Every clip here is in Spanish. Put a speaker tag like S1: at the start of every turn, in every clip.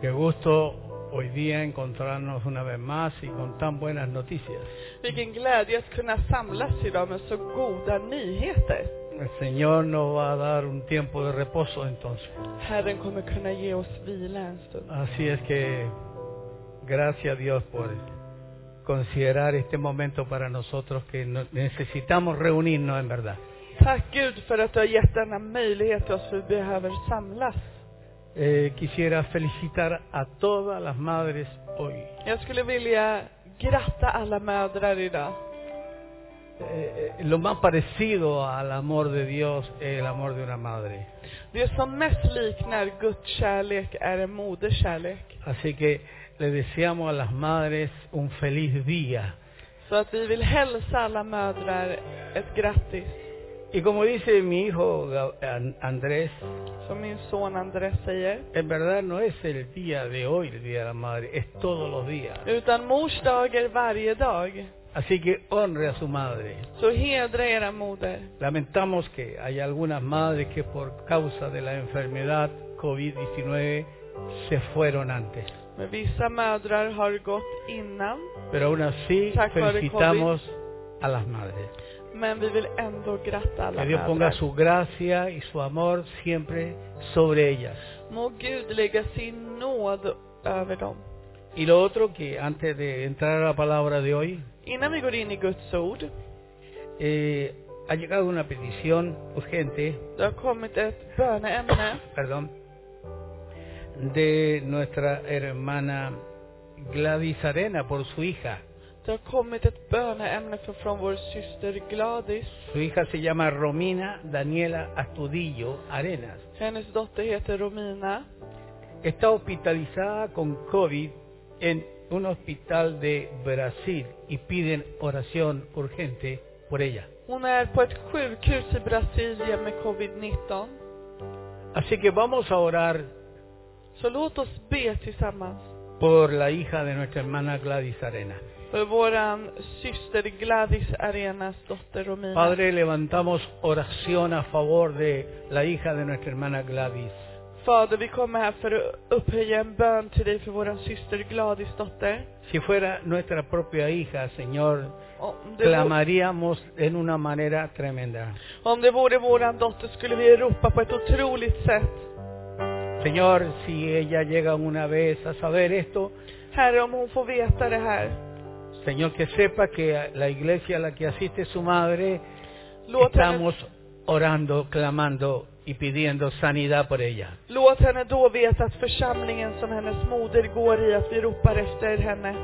S1: Qué gusto hoy día encontrarnos una vez más y con tan buenas noticias.
S2: Vilken glädje att kunna samlas idag med så goda nyheter.
S1: El Señor nos va a dar un tiempo de reposo entonces.
S2: Herren kommer kunna ge oss vila en stund.
S1: Así es que gracias a Dios por considerar este momento para nosotros que no- necesitamos reunirnos en verdad.
S2: Tack Gud för att du har gett denna möjlighet till oss, vi behöver samlas.
S1: Eh, quisiera felicitar a todas las madres hoy. Eh,
S2: Jag skulle vilja gratta alla mödrar idag.
S1: Eh, eh, lo más parecido al amor de Dios es el amor de una madre.
S2: Det som mest liknar Guds kärlek är en moders kärlek.
S1: Así que le deseamos a las madres un feliz día.
S2: Så att vi vill hälsa alla mödrar ett grattis.
S1: Y como dice mi hijo Ga- An- Andrés,
S2: Som min son Andres säger.
S1: en verdad no es el día de hoy el Día de la Madre, es todos los días.
S2: Utan mors dag är varje dag.
S1: Así que honre a su madre.
S2: Så hedra era moder.
S1: Lamentamos que hay algunas madres que por causa de la enfermedad COVID-19 se fueron antes.
S2: Men vissa mödrar har gått innan.
S1: Pero aún así
S2: Tack vare
S1: felicitamos a las madres.
S2: Men vi vill ändå gratta alla
S1: Que Dios ponga
S2: mödrar.
S1: su gracia y su amor siempre sobre ellas.
S2: Må Gud lägga sin nåd över dem.
S1: Y lo otro que antes de entrar a la palabra de hoy,
S2: Innan vi går in i Guds ord.
S1: eh, ha llegado una petición urgente,
S2: Det har kommit ett böneämne
S1: perdón, de nuestra hermana Gladys Arena por su hija.
S2: Det har kommit ett böneämne för- från vår syster Gladys.
S1: Su hija se llama Romina Daniela Astudillo Arenas.
S2: Hennes dotter heter Romina.
S1: Está hospitalizada con COVID en un hospital de Brasil y piden oración urgente por ella.
S2: Hon är på ett sjukhus i Brasilien med covid-19.
S1: Así que vamos a orar
S2: Så låt oss be tillsammans
S1: por la hija de nuestra hermana Gladys Arena.
S2: för våran syster Gladys Arenas dotter Romina.
S1: Padre, levantamos oración a favor de la hija de nuestra hermana Gladys.
S2: Fader, vi kommer här för att upphöja en bön till dig för våran syster Gladys dotter.
S1: Si fuera nuestra propia hija, Señor,
S2: Om det, vore,
S1: clamaríamos en una manera tremenda.
S2: om det vore våran dotter skulle vi ropa på ett otroligt sätt.
S1: Señor, si ella llega una vez a saber esto,
S2: Herre, om hon får veta det här,
S1: Señor, que sepa que la iglesia a la que asiste su madre,
S2: låt henne,
S1: estamos orando, clamando y pidiendo sanidad por ella.
S2: låt henne då veta att församlingen som hennes moder går i, att vi ropar efter henne.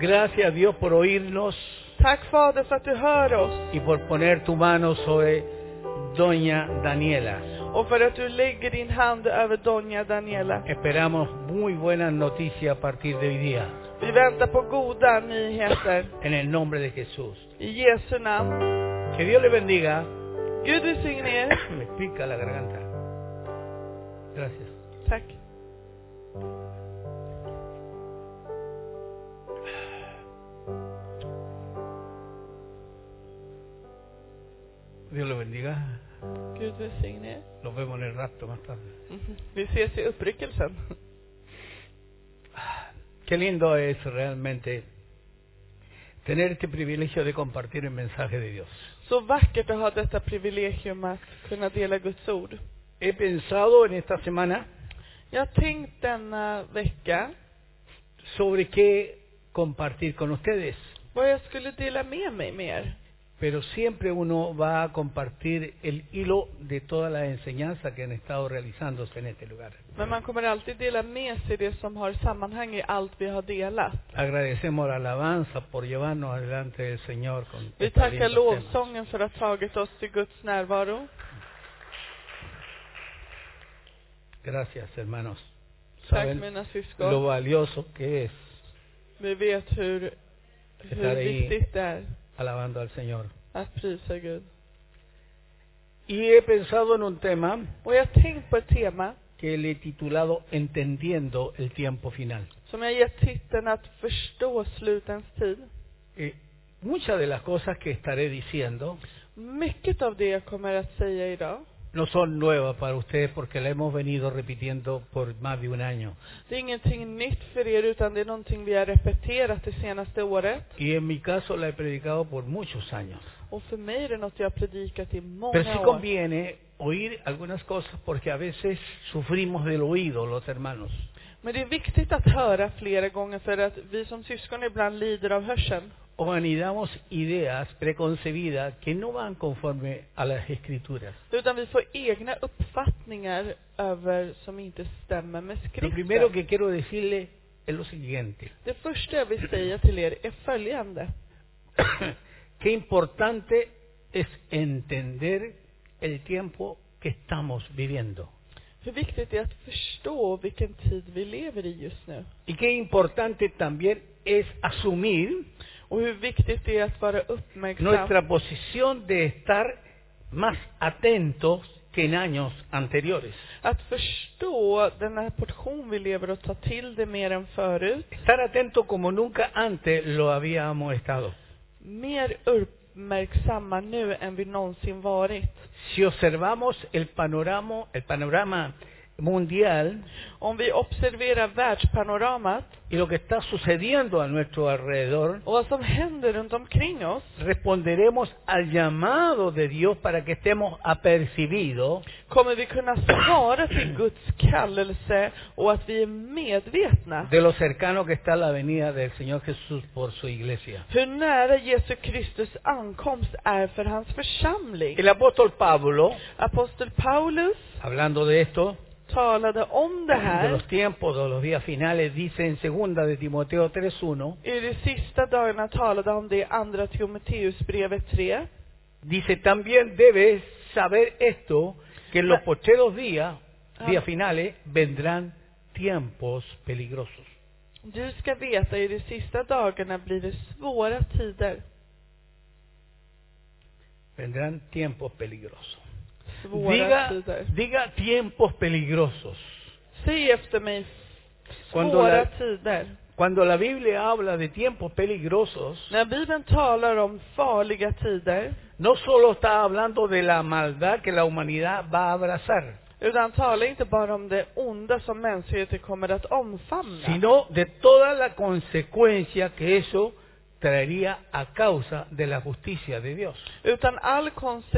S1: Gracias a Dios por oírnos.
S2: Tack Fader för att du hör oss
S1: y por poner tu mano sobre Doña Daniela.
S2: och för att du lägger din hand över Donja Daniela.
S1: Esperamos muy buenas noticias a partir de hoy día,
S2: Vi väntar på goda nyheter.
S1: en el nombre de Jesús.
S2: I Jesu namn.
S1: Que Dios le bendiga.
S2: Gud välsigne er.
S1: Me pica la garganta. Gracias.
S2: Tack.
S1: Dios le bendiga.
S2: Gud välsigne er.
S1: Nos vemos en el rapto más tarde.
S2: Mhm. Vi ses i uppryckelsen.
S1: Qué lindo es realmente tener este privilegio de compartir el mensaje de Dios.
S2: Så vackert att ha detta privilegium att kunna dela Guds ord.
S1: He pensado en esta semana
S2: Jag har tänkt denna vecka
S1: sobre qué compartir con ustedes.
S2: vad jag skulle dela med mig mer.
S1: pero siempre uno va a compartir el hilo de toda la enseñanza que han estado realizándose en este lugar.
S2: Men man kommer alltid dela med sig det som har sammanhang i allt vi har delat.
S1: Agradecemos la alabanza por llevarnos adelante del Señor con
S2: Vi
S1: estos
S2: tackar
S1: lindos temas.
S2: lovsången för att ha tagit oss till Guds närvaro.
S1: Gracias, hermanos.
S2: Tack
S1: Saben
S2: mina
S1: lo
S2: syskon.
S1: valioso que es
S2: Vi vet hur, hur
S1: Estar ahí.
S2: viktigt det är
S1: alabando al Señor.
S2: att prisa Gud.
S1: Y he pensado en un tema
S2: Och jag har tänkt på ett tema
S1: que le he titulado Entendiendo el tiempo final.
S2: som jag gett titeln att förstå slutens tid.
S1: Eh, muchas de las cosas que estaré diciendo
S2: Mycket av det jag kommer att säga idag
S1: no son nuevas para ustedes porque la hemos venido repitiendo por más de un año.
S2: Det är ingenting nytt för er utan det är någonting vi har repeterat det senaste året.
S1: Y en mi caso la he predicado por muchos años.
S2: Och för mig är det något jag har predikat i
S1: Pero sí
S2: många år.
S1: conviene oír algunas cosas porque a veces sufrimos del oído los hermanos.
S2: Men det är viktigt att höra flera gånger för att vi som syskon ibland lider av hörseln.
S1: O anidamos ideas preconcebidas que no van conforme a las escrituras.
S2: Utan vi får egna uppfattningar över som inte stämmer med
S1: Lo primero
S2: skriften.
S1: que quiero decirle es lo siguiente.
S2: Det första jag vill säga till er är följande.
S1: Qué importante es entender el tiempo que estamos viviendo.
S2: Hur viktigt det är att förstå vilken tid vi lever i just nu.
S1: Y qué importante también es asumir
S2: Och hur viktigt det är att vara uppmärksam.
S1: nuestra posición de estar más atentos que en años anteriores.
S2: Att förstå den här portion vi lever och ta till det mer än förut.
S1: Estar atento como nunca antes lo habíamos estado.
S2: Mer uppmärksamma nu än vi någonsin varit.
S1: Si observamos el panorama, el panorama mundial
S2: Om vi observerar världspanoramat
S1: y lo que está sucediendo a nuestro alrededor,
S2: och vad som händer runt omkring oss
S1: responderemos al llamado de Dios para que estemos apercibidos
S2: kommer vi kunna svara till Guds kallelse och att vi är medvetna
S1: de lo cercano que está la venida del Señor Jesús por su iglesia.
S2: hur nära Jesu Kristus ankomst är för hans församling.
S1: El apóstol Pablo,
S2: Apostel Paulus
S1: hablando de esto,
S2: talade om det
S1: de
S2: här
S1: los tiempos, de los días finales, dice en segunda de Timoteo 3.1,
S2: I de sista dagarna talade han om det i andra Timoteusbrevet 3.
S1: dice también debes saber esto, que en los posteros días,
S2: Ah.
S1: días finales, vendrán tiempos peligrosos.
S2: Du ska veta, i de sista dagarna blir det svåra tider.
S1: Vendrán tiempos peligrosos.
S2: Svåra
S1: Diga,
S2: tider.
S1: diga tiempos peligrosos.
S2: Säg efter mig,
S1: Cuando
S2: svåra
S1: la-
S2: tider.
S1: Cuando la Biblia habla de tiempos peligrosos,
S2: När Bibeln talar om farliga tider,
S1: no solo está hablando de la maldad que la humanidad va a abrazar,
S2: utan talar inte bara om det onda som mänskligheten kommer att omfamna,
S1: sino de toda la consecuencia que eso traería a causa de la justicia de Dios.
S2: utan all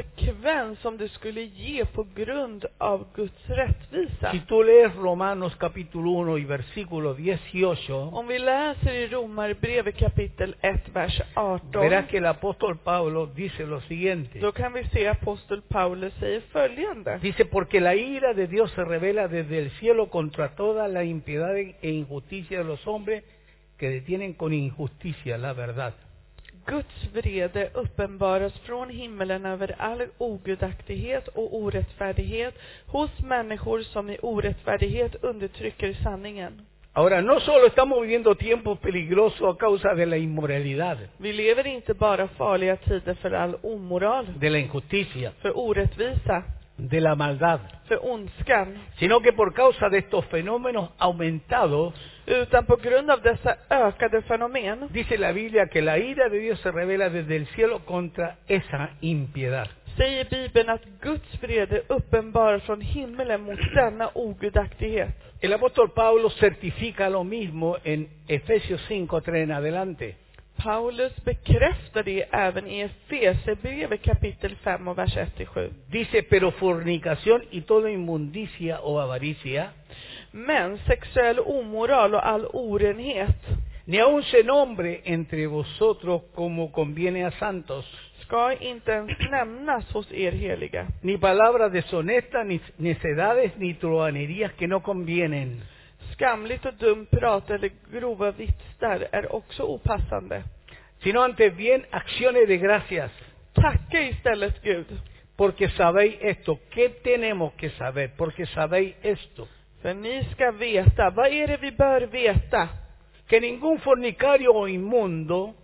S2: konsekvens som det skulle ge på grund av Guds rättvisa.
S1: Si tú lees Romanos capítulo 1 y versículo 18,
S2: Om vi läser i Romarbrevet kapitel 1, vers 18,
S1: verás que el apóstol Pablo dice lo siguiente.
S2: då kan vi se apostel Paulus säger följande.
S1: Dice, porque la ira de Dios se revela desde el cielo contra toda la impiedad e injusticia de los hombres que detienen con injusticia la verdad.
S2: Guds vrede uppenbaras från himmelen över all ogudaktighet och orättfärdighet hos människor som i orättfärdighet undertrycker sanningen.
S1: Ahora, no solo estamos viviendo tiempos peligrosos a causa de la inmoralidad,
S2: Vi lever inte bara farliga tider för all omoral,
S1: de la injusticia,
S2: för orättvisa,
S1: de la maldad,
S2: för ondskan,
S1: sino que por causa de estos fenómenos aumentados,
S2: utan på grund av dessa ökade fenomen
S1: dice la Biblia que la ira de Dios se revela desde el cielo contra esa impiedad.
S2: säger Bibeln att Guds vrede uppenbaras från himmelen mot denna ogudaktighet.
S1: El apóstol Pablo certifica lo mismo en Efesios 5.3 en adelante.
S2: Paulus bekräftar det även i Efesierbrevet kapitel 5 och vers 1-7.
S1: Dice, pero fornicación y toda inmundicia o avaricia,
S2: Men sexuell omoral och all orenhet
S1: ni aun se nombre entre vosotros como conviene a santos,
S2: ska inte ens nämnas hos er heliga.
S1: ni palabras deshonestas, ni necedades, ni truanerías que no convienen,
S2: Skamligt och dumt prat eller grova vitsar är också opassande.
S1: sino antes bien acciones de gracias,
S2: Tacka istället Gud,
S1: porque sabéis esto. ¿Qué tenemos que saber? Porque sabéis esto.
S2: för ni ska veta. Vad är det vi bör veta?
S1: Que ningún fornicario o inmundo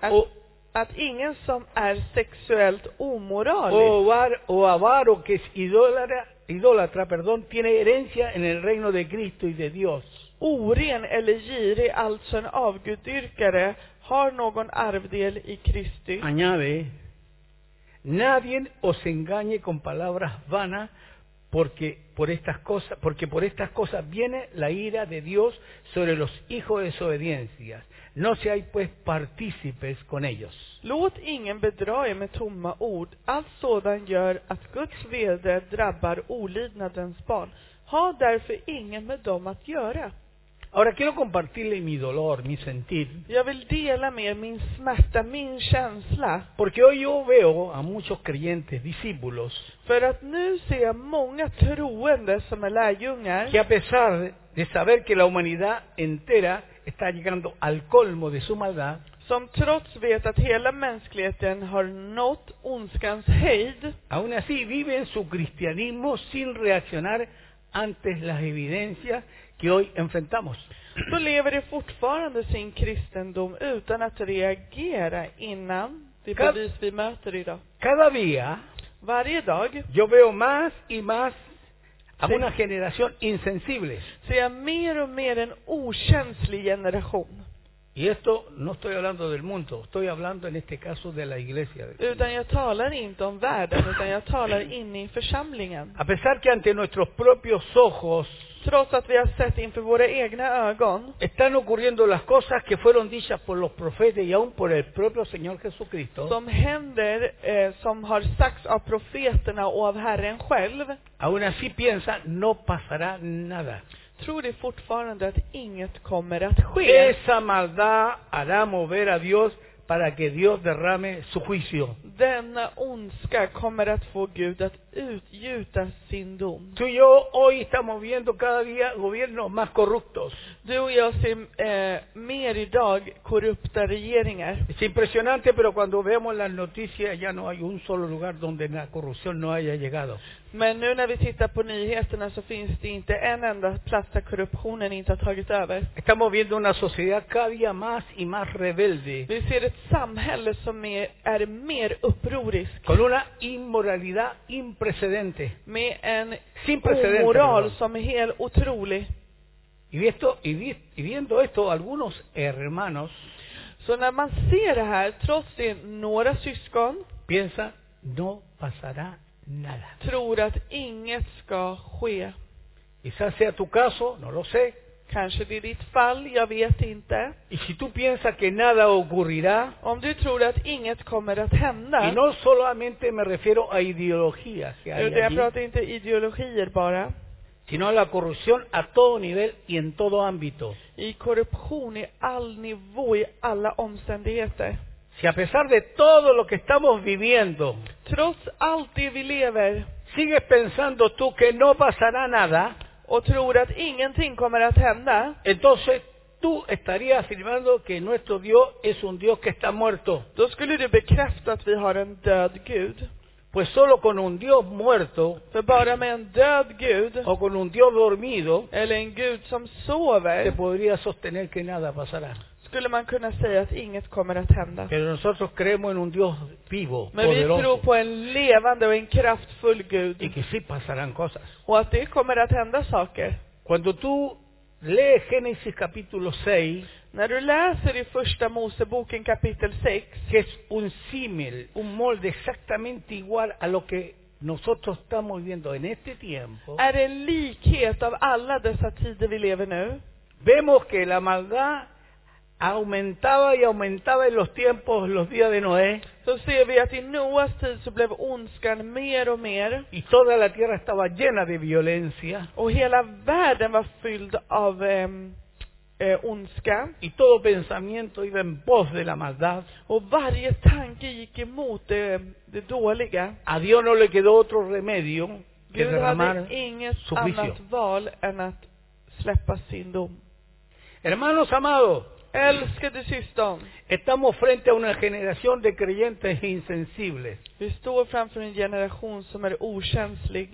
S2: Att,
S1: o,
S2: att ingen som är sexuellt omoralisk
S1: o, var- o avaro que es idólatra, idólatra perdón, tiene herencia en el reino de Cristo y de Dios.
S2: oren eller girig, alltså en avgudyrkare, har någon arvdel i Kristi.
S1: añade, Nadie os engañe con palabras vanas, porque por estas cosas, porque por estas cosas viene la ira de Dios sobre los hijos de desobediencia. No seáis pues partícipes con ellos.
S2: Låt ingen bedra er med tomma ord. Allt sådant gör att Guds vrede drabbar olydnadens barn. Ha därför ingen med dem att göra.
S1: Ahora quiero compartirle mi dolor, mi sentir,
S2: Jag vill dela med er min smärta, min känsla.
S1: porque hoy yo veo a muchos creyentes, discípulos,
S2: För att nu ser jag många troende som är
S1: que
S2: lärjungar
S1: a pesar de saber que la humanidad entera está llegando al colmo de su maldad,
S2: som trots vet att hela mänskligheten har nått ondskans höjd
S1: aún así viven su cristianismo sin reaccionar ante las evidencias que hoy enfrentamos.
S2: så lever de fortfarande sin kristendom utan att reagera innan det
S1: Kan-
S2: bevis vi möter idag.
S1: Cada día
S2: Varje dag
S1: yo veo más y más a
S2: Sí.
S1: una generación insensible.
S2: ser jag mer och mer en okänslig generation.
S1: Y esto no estoy hablando del mundo, estoy hablando en este caso de la iglesia.
S2: Utan jag talar inte om världen, utan jag talar inne i församlingen.
S1: A pesar que ante nuestros propios ojos
S2: Trots att vi har sett inför våra egna ögon
S1: están ocurriendo las cosas que fueron dichas por los profetas y aún por el propio Señor Jesucristo,
S2: som händer, eh, som har sagts av profeterna och av Herren själv,
S1: aún así piensa no pasará nada.
S2: tror de fortfarande att inget kommer att ske.
S1: Esa maldad hará mover a Dios para que Dios derrame su juicio.
S2: Denna ondska kommer att få Gud att utgjuta sin dom.
S1: Tú y yo hoy estamos viendo cada día gobiernos más corruptos.
S2: Du och jag ser eh, mer idag korrupta regeringar.
S1: Es impresionante, pero cuando vemos las noticias ya no hay un solo lugar donde la corrupción no haya llegado.
S2: Men nu när vi tittar på nyheterna så finns det inte en enda plats där korruptionen inte har tagit över.
S1: Estamos viendo una sociedad cada día más y más rebelde,
S2: Vi ser ett samhälle som är, är mer upproriskt,
S1: con una inmoralidad imprecedente.
S2: med en
S1: Sin precedentes,
S2: omoral
S1: perdón.
S2: som är helt otrolig.
S1: Y, vi esto, y, vi- y viendo esto, algunos hermanos
S2: Så när man ser det här, trots det några syskon
S1: piensan, no pasará nada.
S2: tror att inget ska ske.
S1: Quizás sea tu caso, no lo sé.
S2: Kanske det är ditt fall, jag vet inte.
S1: Y si tú piensas que nada ocurrirá,
S2: Om du tror att inget kommer att hända,
S1: y no solamente me refiero a ideologías que hay
S2: utan jag
S1: allí,
S2: pratar inte ideologier bara,
S1: sino a la corrupción a todo nivel y en todo ámbito.
S2: i korruption i all nivå, i alla omständigheter.
S1: Si a pesar de todo lo que estamos viviendo,
S2: Trots allt det vi lever
S1: sigues pensando tú que no pasará nada,
S2: och tror att ingenting kommer att hända,
S1: entonces tú estarías afirmando que nuestro Dios es un Dios que está muerto.
S2: då skulle du bekräfta att vi har en död Gud.
S1: Pues solo con un Dios muerto
S2: För bara med en död Gud,
S1: o con un Dios dormido,
S2: eller en Gud som
S1: se
S2: sover,
S1: podría sostener que nada pasará.
S2: skulle man kunna säga att inget kommer att hända.
S1: Pero nosotros creemos en un Dios vivo,
S2: Men Ah. vi pues- tror
S1: poderoso,
S2: på en levande och en kraftfull
S1: y
S2: Gud
S1: que sí pasarán cosas.
S2: och att det kommer att hända saker.
S1: Cuando tú lees Génesis capítulo 6,
S2: När du läser i Första Moseboken kapitel 6,
S1: que es un símil, un molde exactamente igual a lo que nosotros estamos viviendo en este tiempo,
S2: är det en likhet av alla dessa tider vi lever nu.
S1: vemos que la maldad aumentaba y aumentaba en los tiempos, los días de Noé,
S2: Så ser vi att i Noas tid så blev ondskan mer och mer
S1: y toda la tierra estaba llena de violencia,
S2: och hela världen var fylld av eh, eh, ondska
S1: y todo pensamiento iba en pos de la maldad.
S2: och varje tanke gick emot det, det dåliga.
S1: A Dios no le quedó otro remedio que
S2: Gud
S1: derramar
S2: hade inget
S1: su
S2: annat
S1: juicio.
S2: val än att släppa sin dom.
S1: Hermanos amados,
S2: Älskade syskon,
S1: estamos frente a una generación de creyentes insensibles.
S2: vi står framför en generation som är okänslig.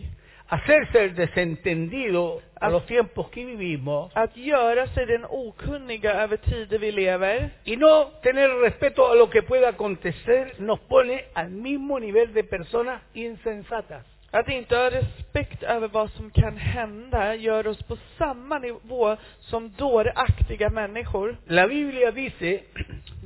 S1: Hacerse el desentendido a los tiempos que vivimos
S2: Att göra sig den okunniga över tider vi lever
S1: y no tener respeto a lo que pueda acontecer nos pone al mismo nivel de personas insensatas.
S2: Att inte ha respekt över vad som kan hända gör oss på samma nivå som dåraktiga människor.
S1: La Biblia dice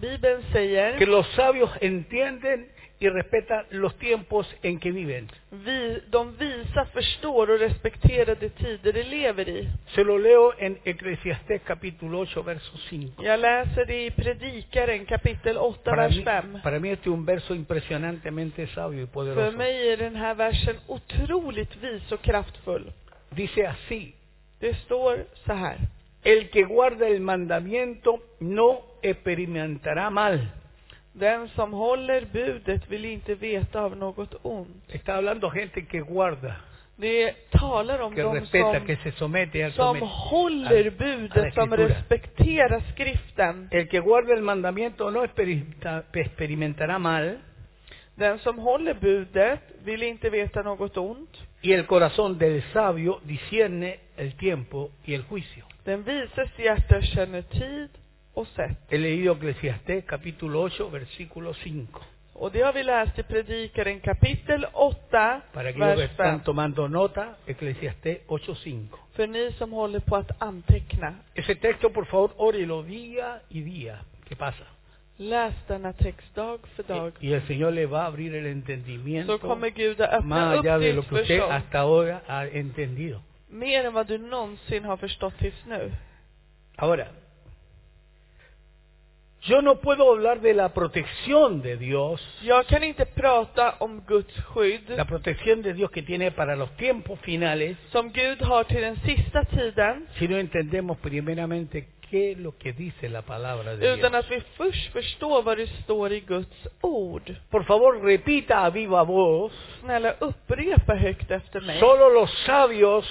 S2: Bibeln
S1: que
S2: säger
S1: los sabios entienden y respetan los tiempos en que viven.
S2: Vi, de visa förstår och respekterar de tider de lever i.
S1: Se lo leo en Eclesiastés capítulo 8, verso 5.
S2: Jag läser det i Predikaren kapitel 8,
S1: Para mí,
S2: vers 5.
S1: para mí este es un verso impresionantemente sabio y
S2: För
S1: poderoso.
S2: mig är den här versen otroligt vis och kraftfull.
S1: Dice así,
S2: Det står så här.
S1: el que guarda el mandamiento no experimentará mal.
S2: Den som håller budet vill inte veta av något ont.
S1: Está hablando gente que guarda,
S2: Det talar om
S1: que
S2: de
S1: respeta,
S2: som,
S1: que se somete al
S2: som
S1: somet-
S2: håller
S1: a la
S2: budet, som
S1: escritura.
S2: respekterar skriften.
S1: El que guarda el mandamiento no experimenta- experimentará mal
S2: Den som håller budet vill inte veta något ont.
S1: y el corazón del sabio discierne el tiempo y el juicio.
S2: Den vises hjärta känner tid och sätt.
S1: He leído Eclesiastés capítulo 8, versículo 5.
S2: Och det har vi läst i Predikaren kapitel 8,
S1: Para aquellos que
S2: vers 5.
S1: están tomando nota, Eclesiastés 8.5.
S2: För ni som håller på att anteckna,
S1: Ese texto, por favor, órelo día y día. ¿Qué pasa?
S2: läs denna text dag för dag.
S1: Y el Señor le va a abrir el
S2: Så
S1: entendimiento
S2: kommer Gud att öppna
S1: más allá
S2: upp
S1: de lo
S2: ditt
S1: que usted
S2: förstånd.
S1: hasta ahora ha entendido.
S2: Mer än vad du någonsin har förstått tills nu.
S1: Ahora, yo no puedo hablar de la protección de Dios,
S2: Jag kan inte prata om Guds skydd
S1: la protección de Dios que tiene para los tiempos finales,
S2: som Gud har till den sista tiden
S1: si no entendemos primeramente qué es lo que dice la palabra de Dios.
S2: utan att vi först förstår vad det står i Guds ord.
S1: Por favor, repita a viva voz,
S2: Snälla upprepa högt efter mig.
S1: solo los sabios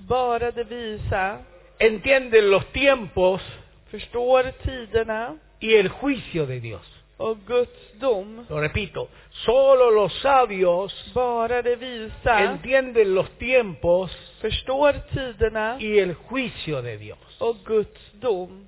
S2: Bara de visa
S1: entienden los tiempos
S2: förstår tiderna
S1: y el juicio de Dios.
S2: och Guds dom.
S1: Lo repito, solo los sabios
S2: Bara de visa
S1: entienden los tiempos
S2: förstår tiderna
S1: y el juicio de Dios.
S2: och Guds dom.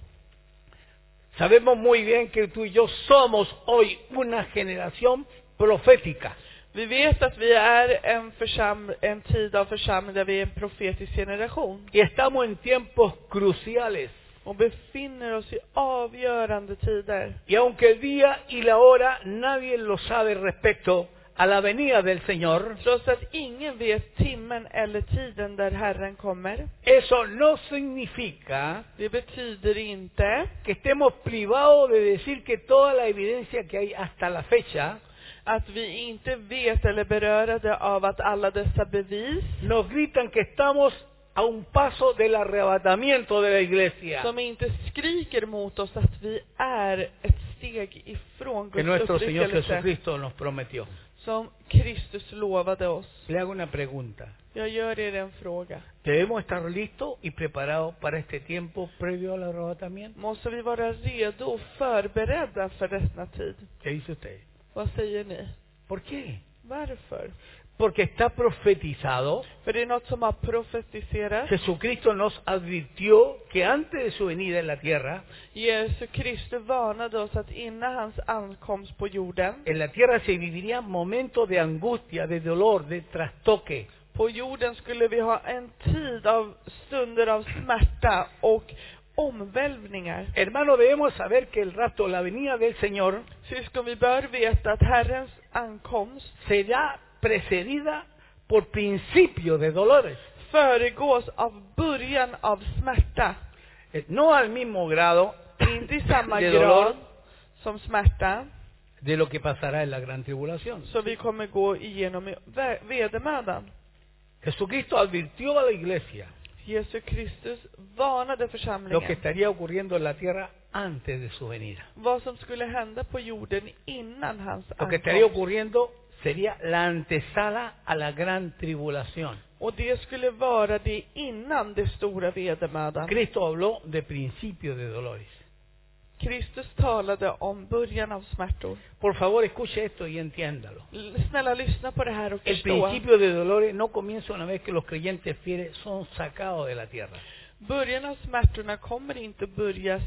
S1: Sabemos muy bien que tú y yo somos hoy una generación profética.
S2: Vi vet att vi är en, försam- en tid av församling där vi är en profetisk generation
S1: Y estamos en tiempos cruciales.
S2: och befinner oss i avgörande tider.
S1: Y aunque el día y la hora nadie lo sabe respecto a la venida del Señor,
S2: Trots att ingen vet timmen eller tiden där Herren kommer.
S1: eso no significa
S2: Det betyder inte
S1: que estemos privados de decir que toda la evidencia que hay hasta la fecha
S2: att vi inte vet eller berörade av att alla dessa bevis
S1: nos gritan que estamos a un paso del arrebatamiento de la iglesia.
S2: som inte skriker mot oss att vi är ett steg ifrån
S1: Que
S2: Guds
S1: nuestro Señor
S2: upprättelse
S1: Jesucristo nos prometió.
S2: som Kristus lovade oss.
S1: Le hago una pregunta.
S2: Jag gör er en fråga.
S1: ¿Debemos estar listos y preparados para este tiempo previo al arrebatamiento?
S2: Måste vi vara redo och förberedda för denna tid?
S1: ¿Qué dice usted?
S2: Vad säger ni?
S1: ¿Por qué?
S2: Varför?
S1: Porque está profetizado.
S2: För det är något som har profetiserats.
S1: Jesucristo nos advirtió que antes de su venida en la tierra,
S2: Jesus Kristus varnade oss att innan hans ankomst på jorden,
S1: en la tierra se vivirían momentos de angustia, de dolor, de trastoque.
S2: på jorden skulle vi ha en tid av stunder av smärta och omvälvningar.
S1: Hermano, debemos saber que el rapto, la venida del Señor,
S2: Syskon, vi bör veta att Herrens ankomst
S1: será precedida por principio de dolores.
S2: föregås av början av smärta.
S1: Eh, No al mismo grado
S2: Inte i samma
S1: de dolor
S2: grad som smärta
S1: de lo que pasará en la gran tribulación.
S2: som vi kommer gå igenom i vä- vedermödan.
S1: Jesucristo advirtió a la iglesia
S2: Jesus Kristus varnade
S1: lo que
S2: församlingen
S1: estaría ocurriendo en la tierra antes de su venida.
S2: vad som skulle hända på jorden innan hans
S1: Lo que estaría
S2: ankomst.
S1: ocurriendo sería la antesala a la gran tribulación.
S2: Och det skulle vara det innan det stora vedermödan.
S1: Cristo habló de principio de dolores.
S2: Kristus talade om början av smärtor.
S1: Por favor, escuche esto y entiéndalo.
S2: L- Snälla lyssna på det här och
S1: El
S2: förstå.
S1: principio de dolores no comienza una vez que los creyentes fieles son sacados de la tierra.
S2: Början av smärtorna kommer inte börjas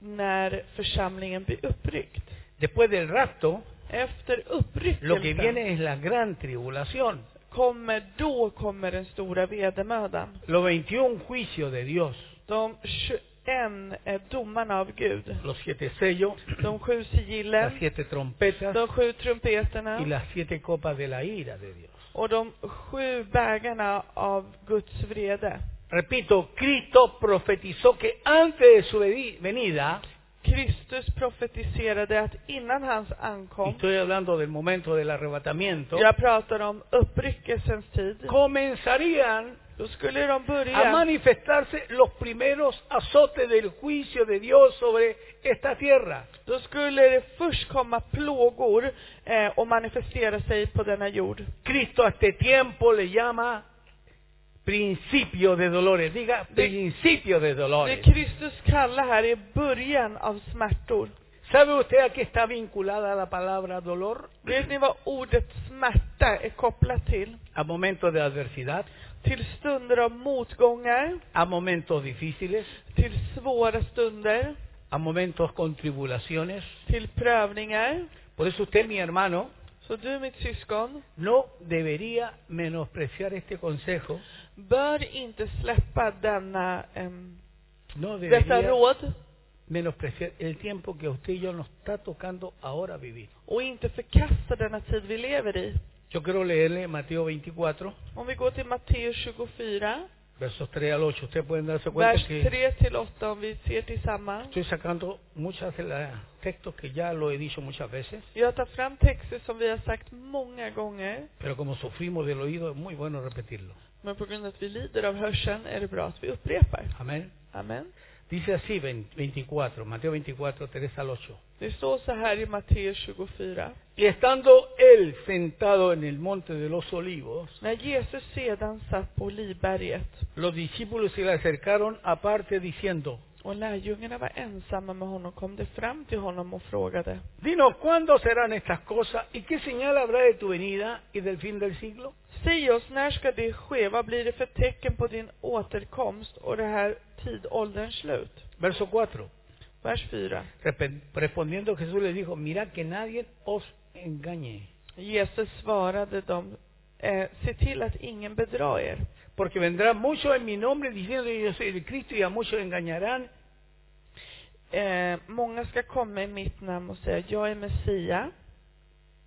S2: när församlingen blir uppryckt.
S1: Después del rapto,
S2: Efter
S1: lo que
S2: uppryckelsen
S1: viene es la gran tribulación,
S2: kommer, då kommer den stora vedermödan.
S1: los 21 juicios de Dios.
S2: de 21 eh, domarna av Gud.
S1: los siete sellos,
S2: De sju
S1: las
S2: sigillen,
S1: siete trompetas
S2: de sju
S1: y
S2: trumpeterna
S1: las siete copas de la ira de Dios.
S2: och de sju bägarna av Guds vrede.
S1: Repito, Cristo profetizó que antes de su vedi- venida,
S2: Kristus profetiserade att innan hans
S1: y
S2: ankomst,
S1: estoy hablando del momento del arrebatamiento,
S2: jag pratar om uppryckelsens tid,
S1: comenzarían
S2: då skulle de
S1: a
S2: börja
S1: manifestarse los primeros azotes del juicio de Dios sobre esta tierra.
S2: Då skulle det först komma plågor eh, och manifestera sig på denna jord.
S1: Cristo a este tiempo le llama principio de dolores. Diga
S2: De-
S1: principio de
S2: Det
S1: dolores.
S2: Kristus kallar här är början av smärtor.
S1: ¿Sabe usted a qué está vinculada la palabra dolor?
S2: Vet ni vad ordet smärta är kopplat till?
S1: A momentos de adversidad,
S2: Till stunder av motgångar,
S1: a momentos difíciles,
S2: till svåra stunder,
S1: a momentos con tribulaciones.
S2: till prövningar.
S1: Por eso usted, mi hermano,
S2: Så du mitt syskon,
S1: no debería menospreciar este consejo.
S2: bör inte släppa denna, em,
S1: No
S2: dessa
S1: debería
S2: råd
S1: menospreciar el tiempo que a usted y yo nos está tocando ahora vivir.
S2: och inte förkasta denna tid vi lever i.
S1: Yo quiero leerle Mateo 24,
S2: Om vi går till Matteus 24,
S1: versos 3 al 8. Ustedes pueden darse
S2: Vers
S1: cuenta que
S2: 3 till 8 om vi ser tillsammans.
S1: estoy sacando muchos de los textos que ya lo he dicho muchas veces,
S2: Jag tar fram texter som vi har sagt många gånger,
S1: pero como sufrimos del oído es muy bueno repetirlo.
S2: men på grund av att vi lider av hörseln är det bra att vi upprepar.
S1: Amén.
S2: Amen.
S1: Dice así 20 24, Mateo 24, 3 al 8.
S2: Det står så här i Matteus 24.
S1: Y estando él sentado en el monte de los olivos,
S2: När Jesus sedan satt på Olivberget
S1: los discípulos se le acercaron aparte diciendo,
S2: och lärjungarna var ensamma med honom kom de fram till honom och frågade
S1: Dinos, ¿cuándo serán estas cosas? ¿Y qué señal habrá de tu venida y del fin del siglo?
S2: Säg oss, när ska det ske? Vad blir det för tecken på din återkomst och det här tidålderns slut?
S1: Verso 4.
S2: Vers 4.
S1: Repen- Respondiendo Jesús le dijo, mirad que nadie os engañe,
S2: Jesus svarade dem, eh, se till att ingen bedrar er.
S1: porque vendrán muchos en mi nombre diciendo yo soy el Cristo y a muchos engañarán.
S2: Eh, många ska komma i mitt namn och säga, jag är Messia.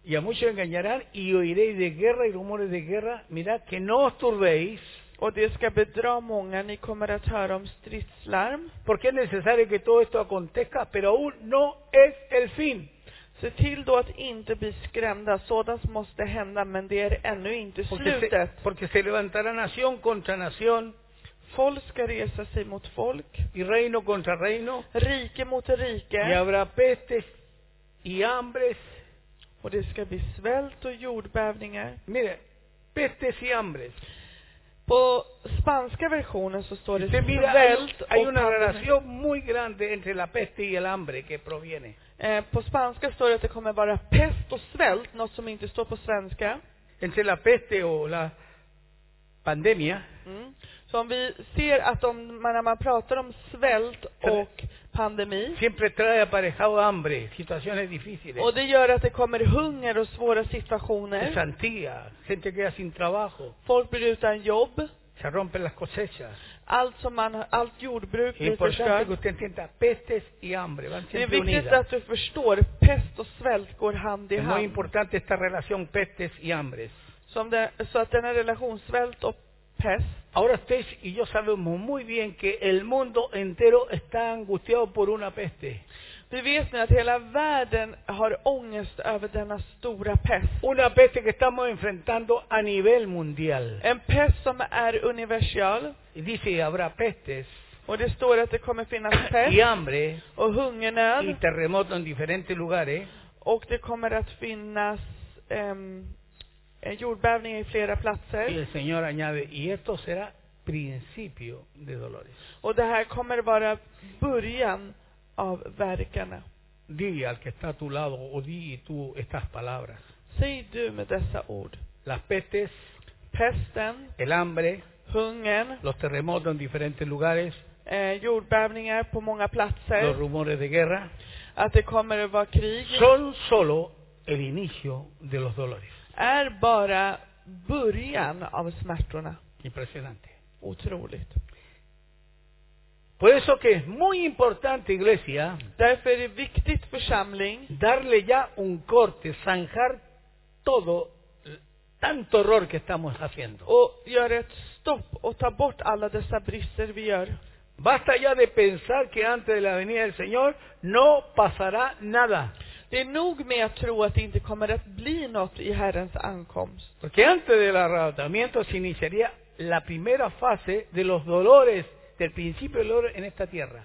S1: Y a muchos engañarán y oiréis de guerra y rumores de guerra. Mirad que no os turbéis,
S2: Och det ska bedra många, ni kommer att höra om stridslarm.
S1: porque es necesario que todo esto acontezca, pero aún no es el fin.
S2: Se till då att inte bli skrämda, sådant måste hända, men det är ännu inte
S1: Porque se,
S2: slutet.
S1: porque se levantará nación contra nación
S2: Folk ska resa sig mot folk,
S1: y reino contra reino.
S2: rike mot
S1: Y
S2: rike,
S1: habrá pestes y hambres.
S2: och det ska bli svält och jordbävningar.
S1: Mire, pestes y hambres.
S2: På spanska versionen så står det
S1: Usted mira, hay,
S2: svält och
S1: hay una
S2: pandemi.
S1: relación muy grande entre la peste y el hambre que proviene.
S2: Eh, på spanska står det att det kommer vara pest och svält, något som inte står på svenska.
S1: Entre la peste o la pandemia,
S2: Mm. Så om vi ser att om man, när man pratar om svält och pandemi,
S1: siempre trae aparejado hambre, situaciones difíciles,
S2: och det gör att det kommer hunger och svåra situationer,
S1: cesantía, gente queda sin trabajo,
S2: folk blir utan jobb,
S1: se rompen las cosechas.
S2: allt som man, allt jordbruk
S1: Es
S2: blir
S1: importante
S2: förstört.
S1: que usted entienda, pestes y hambre van
S2: Det är
S1: siempre
S2: viktigt
S1: unidas.
S2: att du förstår, pest och svält går hand i
S1: Es muy
S2: hand.
S1: importante esta relación pestes y hambres.
S2: Så, om det, så att den här relation svält och pest
S1: Ahora usted y yo sabemos muy bien que el mundo entero está angustiado por una peste.
S2: Vi vet nu att hela världen har ångest över denna stora pest.
S1: Una peste que estamos enfrentando a nivel mundial.
S2: En pest som är universal.
S1: Y dice, habrá pestes
S2: Och det står att det kommer finnas
S1: y
S2: pest
S1: hambre
S2: och
S1: y
S2: hungernöd.
S1: terremoto en diferentes lugares.
S2: Och det kommer att finnas ehm, eh, jordbävningar i flera
S1: Y
S2: platser.
S1: el Señor añade, y esto será principio de dolores.
S2: Och det här kommer vara början av verkarna.
S1: Di al que está a tu lado o di tú estas palabras.
S2: Säg du med dessa ord.
S1: Las pestes,
S2: Pesten,
S1: el hambre,
S2: hungern,
S1: los terremotos en diferentes lugares,
S2: eh, jordbävningar på många
S1: los
S2: platser.
S1: rumores de guerra,
S2: Att det kommer att vara krig.
S1: son solo el inicio de los dolores.
S2: är bara början av smärtorna.
S1: Impresionante.
S2: Otroligt.
S1: Por eso que es muy importante, iglesia,
S2: Därför är det viktigt församling
S1: darle ya un corte, zanjar todo, tanto horror que estamos haciendo.
S2: och göra ett stopp och ta bort alla dessa brister vi gör.
S1: Basta ya de pensar que antes de la venida del Señor no pasará nada.
S2: Det är nog med att tro att det inte kommer att bli något i Herrens ankomst.
S1: Porque antes del arrebatamiento se iniciaría la primera fase de los dolores, del principio del dolor en esta tierra.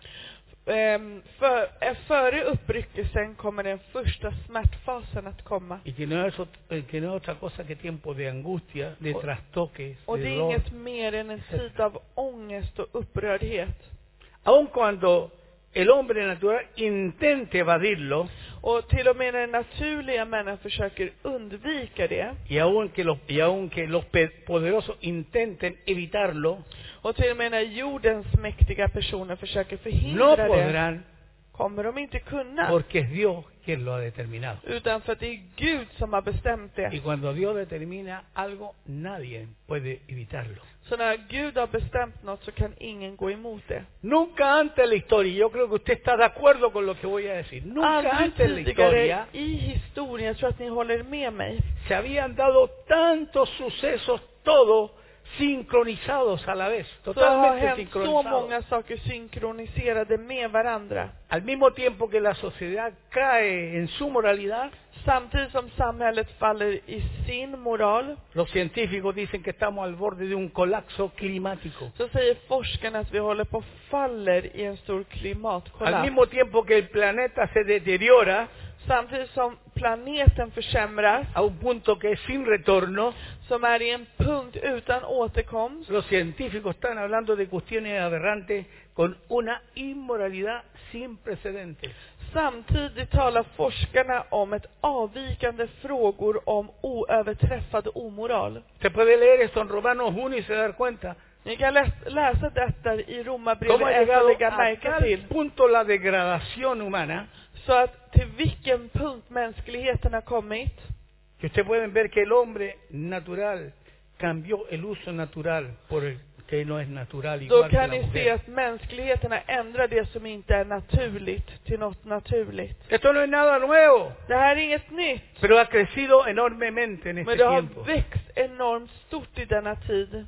S2: Ehm, För, eh, före uppryckelsen kommer den första smärtfasen att komma.
S1: Y que no es, ot- eh, que no es otra cosa que tiempo de angustia, de
S2: O-
S1: trastoques,
S2: Och det
S1: de
S2: är
S1: dolor.
S2: inget mer än en tid av ångest och upprördhet.
S1: Aun cuando el hombre natural intente evadirlo,
S2: Och till och med den naturliga människan försöker undvika det.
S1: y aun que los, y aun que los pe- poderosos intenten evitarlo,
S2: Och till och med när jordens mäktiga personer försöker
S1: no
S2: förhindra det
S1: podrán
S2: kommer de inte kunna.
S1: porque es Dios quien lo ha determinado.
S2: Utan för att det är Gud som har bestämt
S1: Y
S2: det.
S1: cuando Dios determina algo, nadie puede evitarlo.
S2: Så när Gud har bestämt något så kan ingen gå emot det.
S1: Nunca antes en la historia, yo creo que usted está de acuerdo con lo que voy a decir, nunca
S2: Aldrig
S1: antes en la
S2: tidigare
S1: historia
S2: i historien, jag tror att ni håller med mig,
S1: se habían dado tantos sucesos, todos sincronizados a la vez,
S2: så har
S1: totalmente
S2: hänt så
S1: sincronizados.
S2: många saker synkroniserade med varandra.
S1: Al mismo tiempo que la sociedad cae en su moralidad,
S2: Samtidigt som samhället faller i sin moral
S1: Los científicos dicen que estamos al borde de un colapso climático.
S2: så säger forskarna att vi håller på att faller i en stor
S1: Al
S2: klimatkollaps.
S1: mismo tiempo que el planeta se deteriora
S2: Samtidigt som planeten försämras,
S1: a un punto que es sin retorno,
S2: som är i en punkt utan återkomst,
S1: los científicos están hablando de cuestiones aberrantes con una inmoralidad sin precedentes.
S2: samtidigt talar forskarna om ett avvikande frågor om oöverträffad omoral.
S1: Se puede leer esto en Romanos 1 y se dar cuenta
S2: Ni kan läs- läsa detta i
S1: cómo ha
S2: Romarbrevet 1
S1: llegado
S2: och lägga
S1: a
S2: märke
S1: tal
S2: till.
S1: punto la degradación humana
S2: Så att till vilken punkt mänskligheten har kommit.
S1: que ustedes pueden ver que el hombre natural cambió el uso natural por el que no es natural
S2: Då
S1: igual que
S2: kan
S1: la
S2: ni
S1: mujer.
S2: se att mänskligheten har ändrat det som inte är naturligt till något naturligt.
S1: Esto no es nada nuevo,
S2: Det här är inget nytt,
S1: pero ha crecido enormemente en este
S2: men det
S1: tiempo.
S2: har växt enormt stort i denna tid.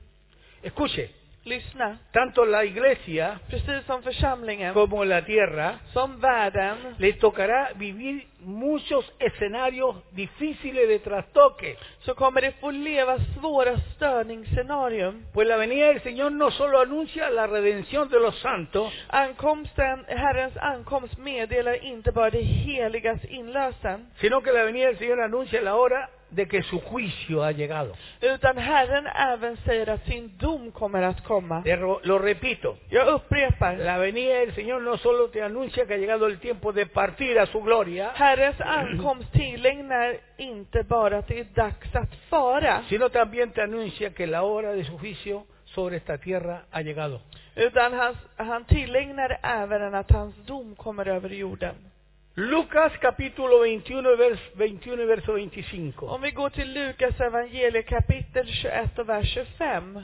S1: Escuche,
S2: Lyssna.
S1: tanto la iglesia
S2: Precis som församlingen,
S1: como la tierra
S2: som världen,
S1: le tocará vivir muchos escenarios difíciles de trastoque,
S2: så kommer det få leva svåra störningsscenarium.
S1: pues la venida del Señor no solo anuncia la redención de los santos,
S2: Ankomsten, Herrens ankomst meddelar inte bara det heligas inlösen,
S1: sino que la venida del Señor anuncia la hora de que su juicio ha llegado.
S2: utan Herren även säger att sin dom kommer att komma.
S1: Te ro- Lo repito,
S2: Jag upprepar.
S1: la venida del Señor no solo te anuncia que ha llegado el tiempo de partir a su gloria,
S2: Herrens ankomst tillägnar inte bara att det är dags att fara,
S1: sino también te anuncia que la hora de su juicio sobre esta tierra ha llegado.
S2: utan han, han tillägnar även att hans dom kommer över jorden.
S1: Lucas capítulo 21, vers- 21 y verso 25.
S2: Om vi går till Lukas evangelie kapitel 21 och vers 25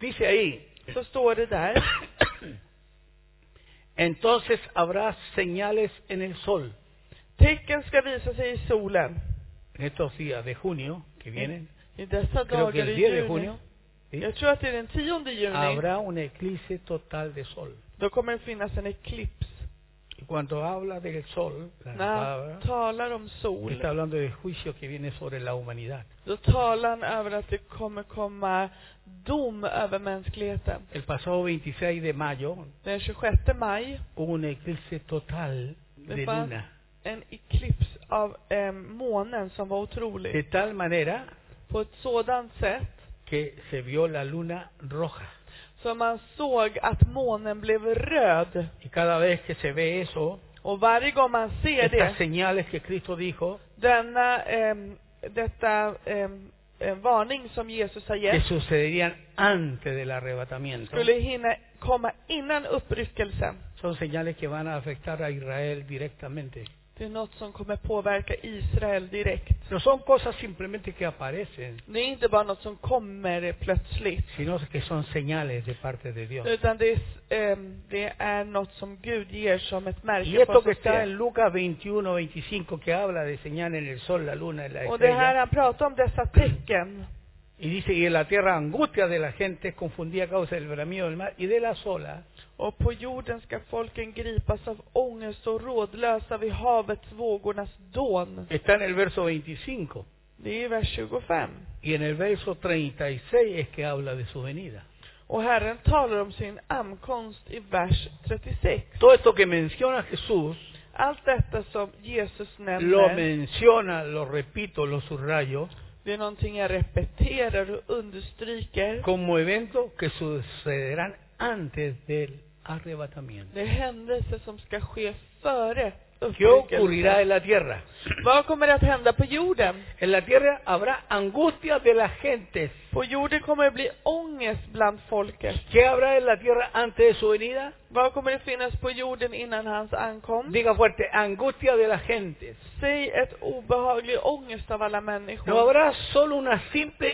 S1: Dice ahí,
S2: så står det där.
S1: entonces habrá señales en el sol
S2: Tecken ska visa sig i solen.
S1: en estos días de junio que vienen,
S2: I dessa
S1: creo que
S2: dagar i
S1: el 10 de
S2: juni.
S1: junio, ¿sí?
S2: Jag tror att det är den 10 juni.
S1: habrá un eclipse total de sol.
S2: Då kommer det finnas en eklips.
S1: Y cuando habla del sol, la
S2: När
S1: palabra,
S2: han talar om
S1: está
S2: sol,
S1: hablando del juicio que viene sobre la humanidad.
S2: då talar han över att det kommer komma dom över mänskligheten.
S1: El pasado 26 de mayo
S2: Den 26 maj,
S1: hubo un eclipse total de
S2: ¿De paz?
S1: luna.
S2: en eklips av eh, månen som var
S1: De
S2: otrolig.
S1: tal manera
S2: På ett sådant sätt
S1: que se vio la luna roja.
S2: Så man såg att månen blev röd.
S1: Y cada vez que se ve eso,
S2: Och varje gång man ser
S1: estas
S2: det,
S1: señales que Cristo dijo,
S2: denna, ehm, detta ehm, eh, varning som Jesus har
S1: que
S2: gett,
S1: sucederían antes del arrebatamiento,
S2: skulle hinna komma innan uppryckelsen.
S1: son señales que van a afectar a Israel directamente.
S2: Det är något som kommer påverka Israel direkt.
S1: No son cosas simplemente que aparecen,
S2: Det är inte bara något som kommer plötsligt,
S1: sino que son señales de parte de Dios.
S2: utan det är, s- ehm, det är något som Gud ger som ett
S1: Y
S2: märke på
S1: esto que
S2: sig
S1: está en
S2: själv.
S1: Lucas 21, 25, que habla de señal en el sol, la luna, en la
S2: Och det här
S1: estrella,
S2: han pratar om dessa tecken.
S1: y dice, y en la tierra angustia de la gente es confundida a causa del bramido del mar y de las olas,
S2: Och på jorden ska folken gripas av ångest och rådlösa vid havets vågornas dån.
S1: está en el verso 25.
S2: Det är vers 25.
S1: Y en el verso 36 es que habla de su venida.
S2: Och Herren talar om sin ankomst i vers 36.
S1: Todo esto que menciona Jesús,
S2: Allt detta som Jesus
S1: lo
S2: nämner,
S1: menciona, lo repito, lo subrayo,
S2: det är någonting jag repeterar och understryker.
S1: como eventos que sucederán antes del arrebatamiento.
S2: Det är händelser som ska ske före
S1: ¿Qué ocurrirá en
S2: uppryckelsen.
S1: la tierra?
S2: Vad kommer att hända på jorden?
S1: En la tierra habrá angustia de las gentes.
S2: På jorden kommer det bli ångest bland folket.
S1: ¿Qué habrá en la tierra antes de su venida?
S2: Vad kommer det finnas på jorden innan hans ankomst?
S1: Diga fuerte, angustia de las gentes.
S2: Säg ett obehaglig ångest av alla
S1: No
S2: människor.
S1: habrá solo una simple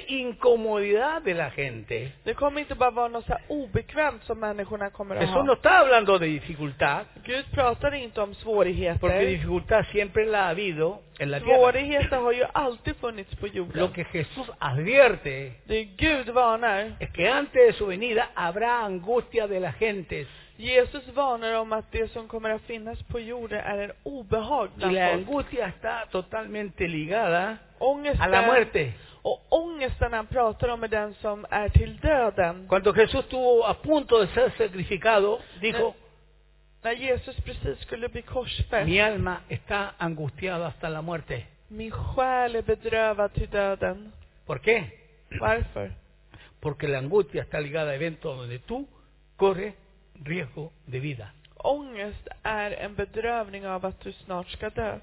S1: incomodidad de la gente.
S2: Det kommer inte bara vara något så här obekvämt som människorna kommer att
S1: Jesús no
S2: ha.
S1: está hablando de dificultad,
S2: Gud pratar inte om
S1: porque
S2: svårigheter.
S1: dificultad siempre la ha habido en la tierra.
S2: Svårigheter har ju alltid funnits på jorden.
S1: Lo que Jesús advierte
S2: Det är Gud varnar.
S1: es que antes de su venida habrá angustia de las gentes.
S2: Jesus varnar om att det som kommer att finnas på jorden är en obehag
S1: Y
S2: bland
S1: la
S2: folk.
S1: angustia está totalmente ligada a la
S2: Ångesten,
S1: muerte.
S2: och ångesten han pratar om är den som är till döden.
S1: Cuando Jesús estuvo a punto de ser sacrificado, dijo,
S2: När Jesus precis skulle bli
S1: mi
S2: korsfäst.
S1: alma está angustiada hasta la muerte.
S2: Min själ är bedrövad till döden.
S1: ¿Por qué?
S2: Varför?
S1: Porque la angustia está ligada a eventos donde tú corres riesgo de vida.
S2: Ångest är en bedrövning av att du snart ska dö.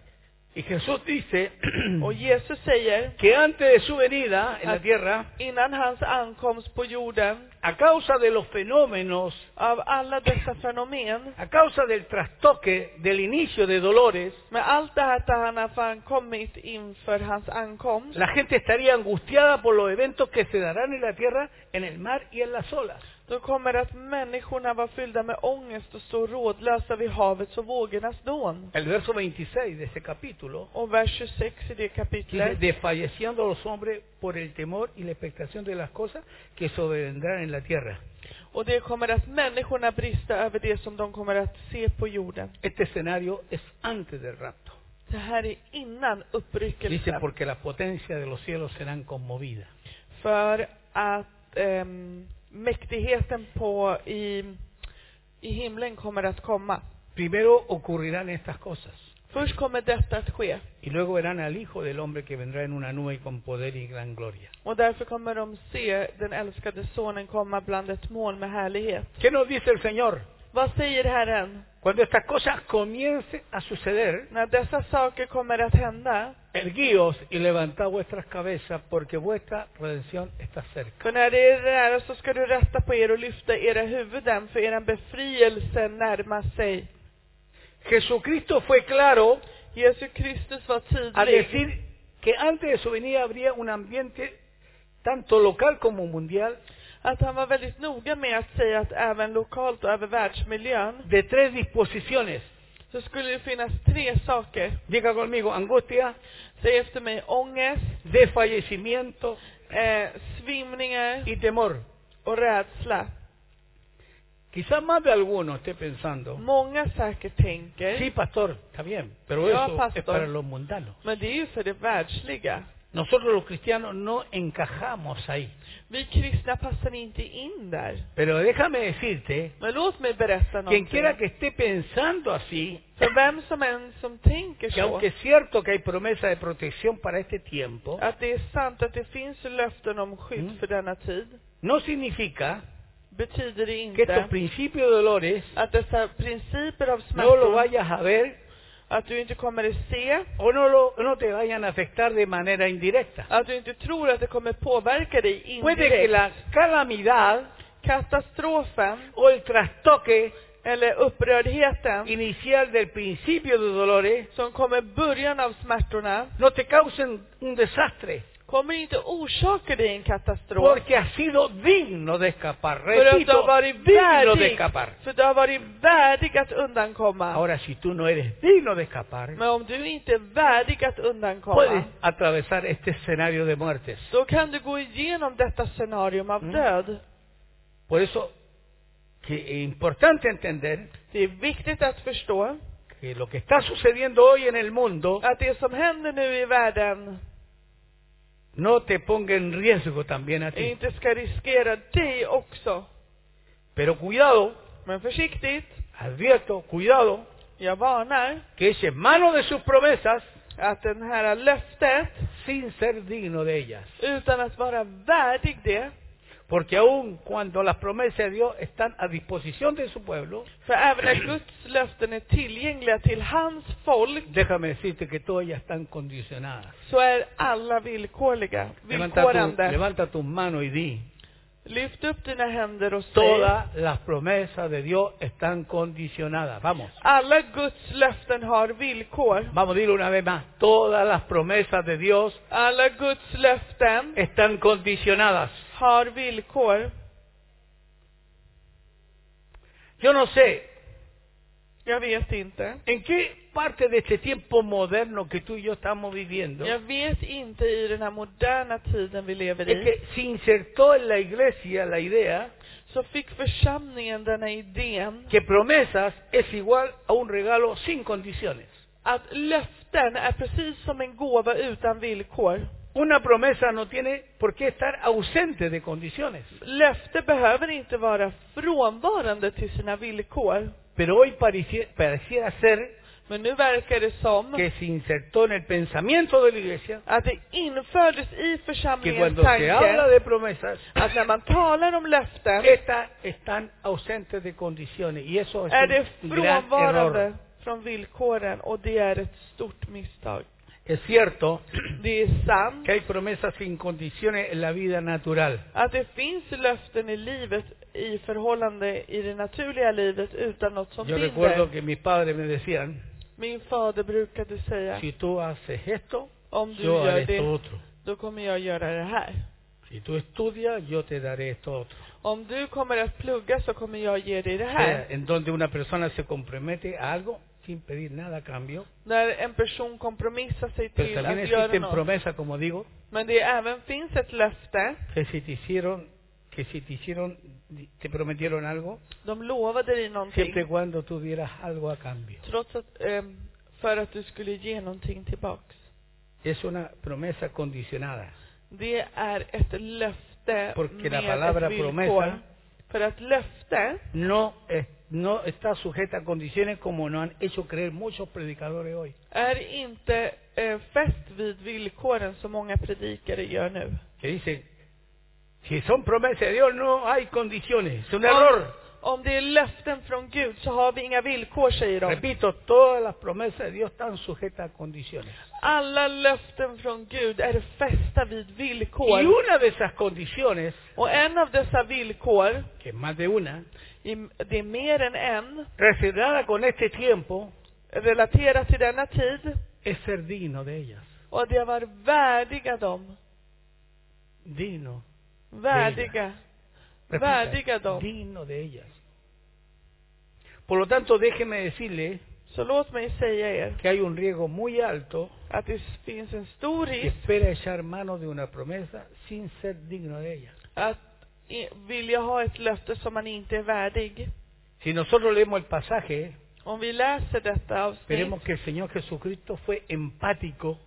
S1: Y Jesús dice
S2: Och Jesus säger,
S1: que antes de su venida en la tierra,
S2: innan hans ankomst på jorden,
S1: a causa de los fenómenos,
S2: av alla dessa fenomen,
S1: a causa del trastoque del inicio de dolores,
S2: med allt det här där han har framkommit inför hans ankomst,
S1: la gente estaría angustiada por los eventos que se darán en la tierra, en el mar y en las olas.
S2: då kommer att människorna vara fyllda med ångest och stå rådlösa vid havets och vågornas dån.
S1: El verso 26 de ese capítulo
S2: Och vers 26 i det
S1: dice,
S2: kapitlet.
S1: desfalleciendo los hombres por el temor y la expectación de las cosas que sobrevendrán en la tierra.
S2: Och det kommer att människorna brista över det som de kommer att se på jorden.
S1: Este escenario es antes del rapto.
S2: Det här är innan
S1: Dice,
S2: uppryckelsen.
S1: porque las potencias de los cielos serán conmovidas.
S2: För att ehm, mäktigheten på i, i himlen kommer att komma.
S1: Primero ocurrirán estas cosas
S2: Först kommer detta att ske.
S1: y luego verán al Hijo del Hombre que vendrá en una nube con poder y gran gloria.
S2: Och därför kommer de se den älskade sonen komma bland ett moln med härlighet.
S1: ¿Qué nos dice el Señor?
S2: Vad säger Herren?
S1: Cuando estas cosas comiencen a suceder,
S2: När dessa saker kommer att hända,
S1: erguíos y levantad vuestras cabezas porque vuestra redención está cerca.
S2: för när det är nära så ska du rätta på er och lyfta era huvuden, för er befrielse närmar sig.
S1: Jesucristo fue claro
S2: Jesus Kristus var
S1: al
S2: tydlig
S1: decir que antes de su venida habría un ambiente tanto local como mundial
S2: att han var väldigt noga med att säga att även lokalt och över världsmiljön
S1: de tres disposiciones.
S2: så skulle det finnas tre saker.
S1: Diga conmigo, angustia,
S2: Säg efter mig ångest,
S1: desfallecimiento
S2: eh, svimningar
S1: y temor.
S2: och rädsla.
S1: Quizás más de alguno esté pensando,
S2: Många säkert tänker
S1: sí, pastor, está bien, pero
S2: Ya,
S1: eso es
S2: ¿Eh? pastor.
S1: para los mundanos.
S2: Men det är ju för det världsliga.
S1: Nosotros los cristianos no encajamos ahí.
S2: Vi kristna passar inte in där.
S1: Pero déjame decirte,
S2: Men låt mig berätta
S1: quien quiera
S2: någonting.
S1: que esté pensando así,
S2: För vem som än som tänker
S1: que
S2: så,
S1: aunque es cierto que hay promesa de protección para este tiempo,
S2: att det är sant att det finns löften om
S1: Mm.
S2: skydd för denna tid,
S1: no significa
S2: betyder det
S1: que estos
S2: inte
S1: principios de dolores
S2: att dessa principer
S1: no
S2: av
S1: lo
S2: smärtor,
S1: vayas a ver
S2: att du inte kommer att se,
S1: o no, lo, no te vayan a afectar de manera indirecta.
S2: att du inte tror att det kommer påverka dig
S1: Puede que
S2: indirekt.
S1: la calamidad
S2: Katastrofen
S1: o el trastoque
S2: eller upprördheten
S1: inicial del principio de dolores
S2: som kommer i början av smärtorna
S1: no te causen un desastre,
S2: kommer inte orsaka dig en katastrof.
S1: porque has sido digno de escapar.
S2: För att du
S1: Repito,
S2: har varit
S1: digno de
S2: värdig.
S1: escapar.
S2: För du har varit värdig att undankomma.
S1: Ahora, si tú no eres digno de escapar,
S2: Men om du inte är värdig att undankomma,
S1: puedes atravesar este escenario de muertes.
S2: då kan du gå igenom detta scenarium av
S1: Mm.
S2: död.
S1: Por eso que es importante entender
S2: Det är viktigt att förstå
S1: que lo que está sucediendo hoy en el mundo
S2: att det som händer nu i världen
S1: Mm. no te ponga en riesgo también a ti.
S2: inte ska riskera dig också.
S1: Pero cuidado,
S2: Men försiktigt,
S1: advierto, cuidado,
S2: jag varnar
S1: que eche mano de sus promesas
S2: att den här löftet,
S1: sin ser digno de ellas.
S2: utan att vara värdig det,
S1: Porque aun cuando las promesas de Dios están a disposición de su pueblo,
S2: för även när Guds löften är tillgängliga till hans folk,
S1: déjame decirte que todas ellas están condicionadas.
S2: så är alla villkorliga,
S1: Levanta, tu-
S2: villkorande.
S1: levanta tus manos y di,
S2: Lyft upp dina händer och säg,
S1: todas las promesas de Dios están condicionadas. Vamos,
S2: alla Guds löften har villkor.
S1: vamos a decirlo una vez más, todas las promesas de Dios
S2: Alla Guds löften
S1: están condicionadas.
S2: har villkor.
S1: Yo no sé
S2: Jag vet inte.
S1: en qué parte de este tiempo moderno que tú y yo estamos viviendo
S2: Jag vet inte i den här moderna tiden vi lever
S1: es
S2: i,
S1: que se insertó en la iglesia la idea
S2: så fick församlingen denna idén
S1: que promesas es igual a un regalo sin condiciones.
S2: att löften är precis som en gåva utan villkor.
S1: Una promesa no tiene por qué estar ausente de condiciones.
S2: Löfte behöver inte vara frånvarande till sina villkor.
S1: Pero hoy parecie- pareciera ser
S2: Men nu verkar det som
S1: que se insertó en el pensamiento de la iglesia
S2: att det infördes i
S1: que
S2: församlingens
S1: cuando se habla
S2: tanke
S1: de promesas,
S2: att när man talar om löften
S1: estas están ausentes de condiciones. Y eso
S2: är det
S1: es un gran
S2: frånvarande
S1: error.
S2: från villkoren och det är ett stort misstag.
S1: Es cierto
S2: Det är sant
S1: que hay promesas sin condiciones en la vida natural.
S2: att det finns löften i livet i förhållande i det naturliga livet utan något som
S1: Yo recuerdo
S2: binder.
S1: que mis padres me decían,
S2: Min fader brukade säga,
S1: si tú haces esto,
S2: om du
S1: yo
S2: gör
S1: haré esto
S2: det,
S1: otro.
S2: då kommer jag göra det här.
S1: Si tú estudias, yo te daré esto otro.
S2: Om du kommer att plugga så kommer jag ge dig det
S1: O sea,
S2: här.
S1: en donde una persona se compromete a algo sin pedir nada a cambio.
S2: När en person kompromissar sig
S1: Pero
S2: till
S1: también
S2: att göra
S1: existen
S2: något.
S1: promesas, como digo,
S2: Men det även finns ett löfte.
S1: que si te hicieron, que si te hicieron, te prometieron algo,
S2: De lovade dig
S1: siempre y
S2: någonting.
S1: cuando tú dieras algo a cambio.
S2: Trots att, ehm, för att du skulle ge någonting tillbaks.
S1: Es una promesa condicionada.
S2: Det är ett löfte
S1: Porque la
S2: med
S1: palabra
S2: ett villkor.
S1: promesa-
S2: För att löfte,
S1: No, es- no está sujeta a condiciones como nos han hecho creer muchos predicadores hoy.
S2: är inte eh, fäst vid villkoren som många predikare gör nu.
S1: Que dicen, si son promesas de Dios no hay condiciones. Es un
S2: Om,
S1: error.
S2: om det är löften från Gud så har vi inga villkor, säger de.
S1: Repito, todas las promesas de Dios están sujetas a condiciones.
S2: Alla löften från Gud är fästa vid villkor.
S1: Y una de esas condiciones,
S2: Och en av dessa villkor,
S1: que es más de una,
S2: i- det är mer än en,
S1: relacionada con este tiempo,
S2: relaterat till denna tid,
S1: es ser digno de ellas.
S2: och det har varit värdiga dem.
S1: Digno.
S2: Värdiga.
S1: repita,
S2: Värdiga dem.
S1: Digno de ellas. Por lo tanto, déjeme decirle
S2: Så låt mig säga er
S1: que hay un riesgo muy alto
S2: att det finns en stor
S1: que
S2: risk
S1: espera echar mano de una promesa sin ser digno de ella.
S2: att i- vilja ha ett löfte som man inte är värdig.
S1: Si nosotros leemos el pasaje,
S2: Om vi läser detta avsnitt
S1: veremos que el Señor Jesucristo fue empático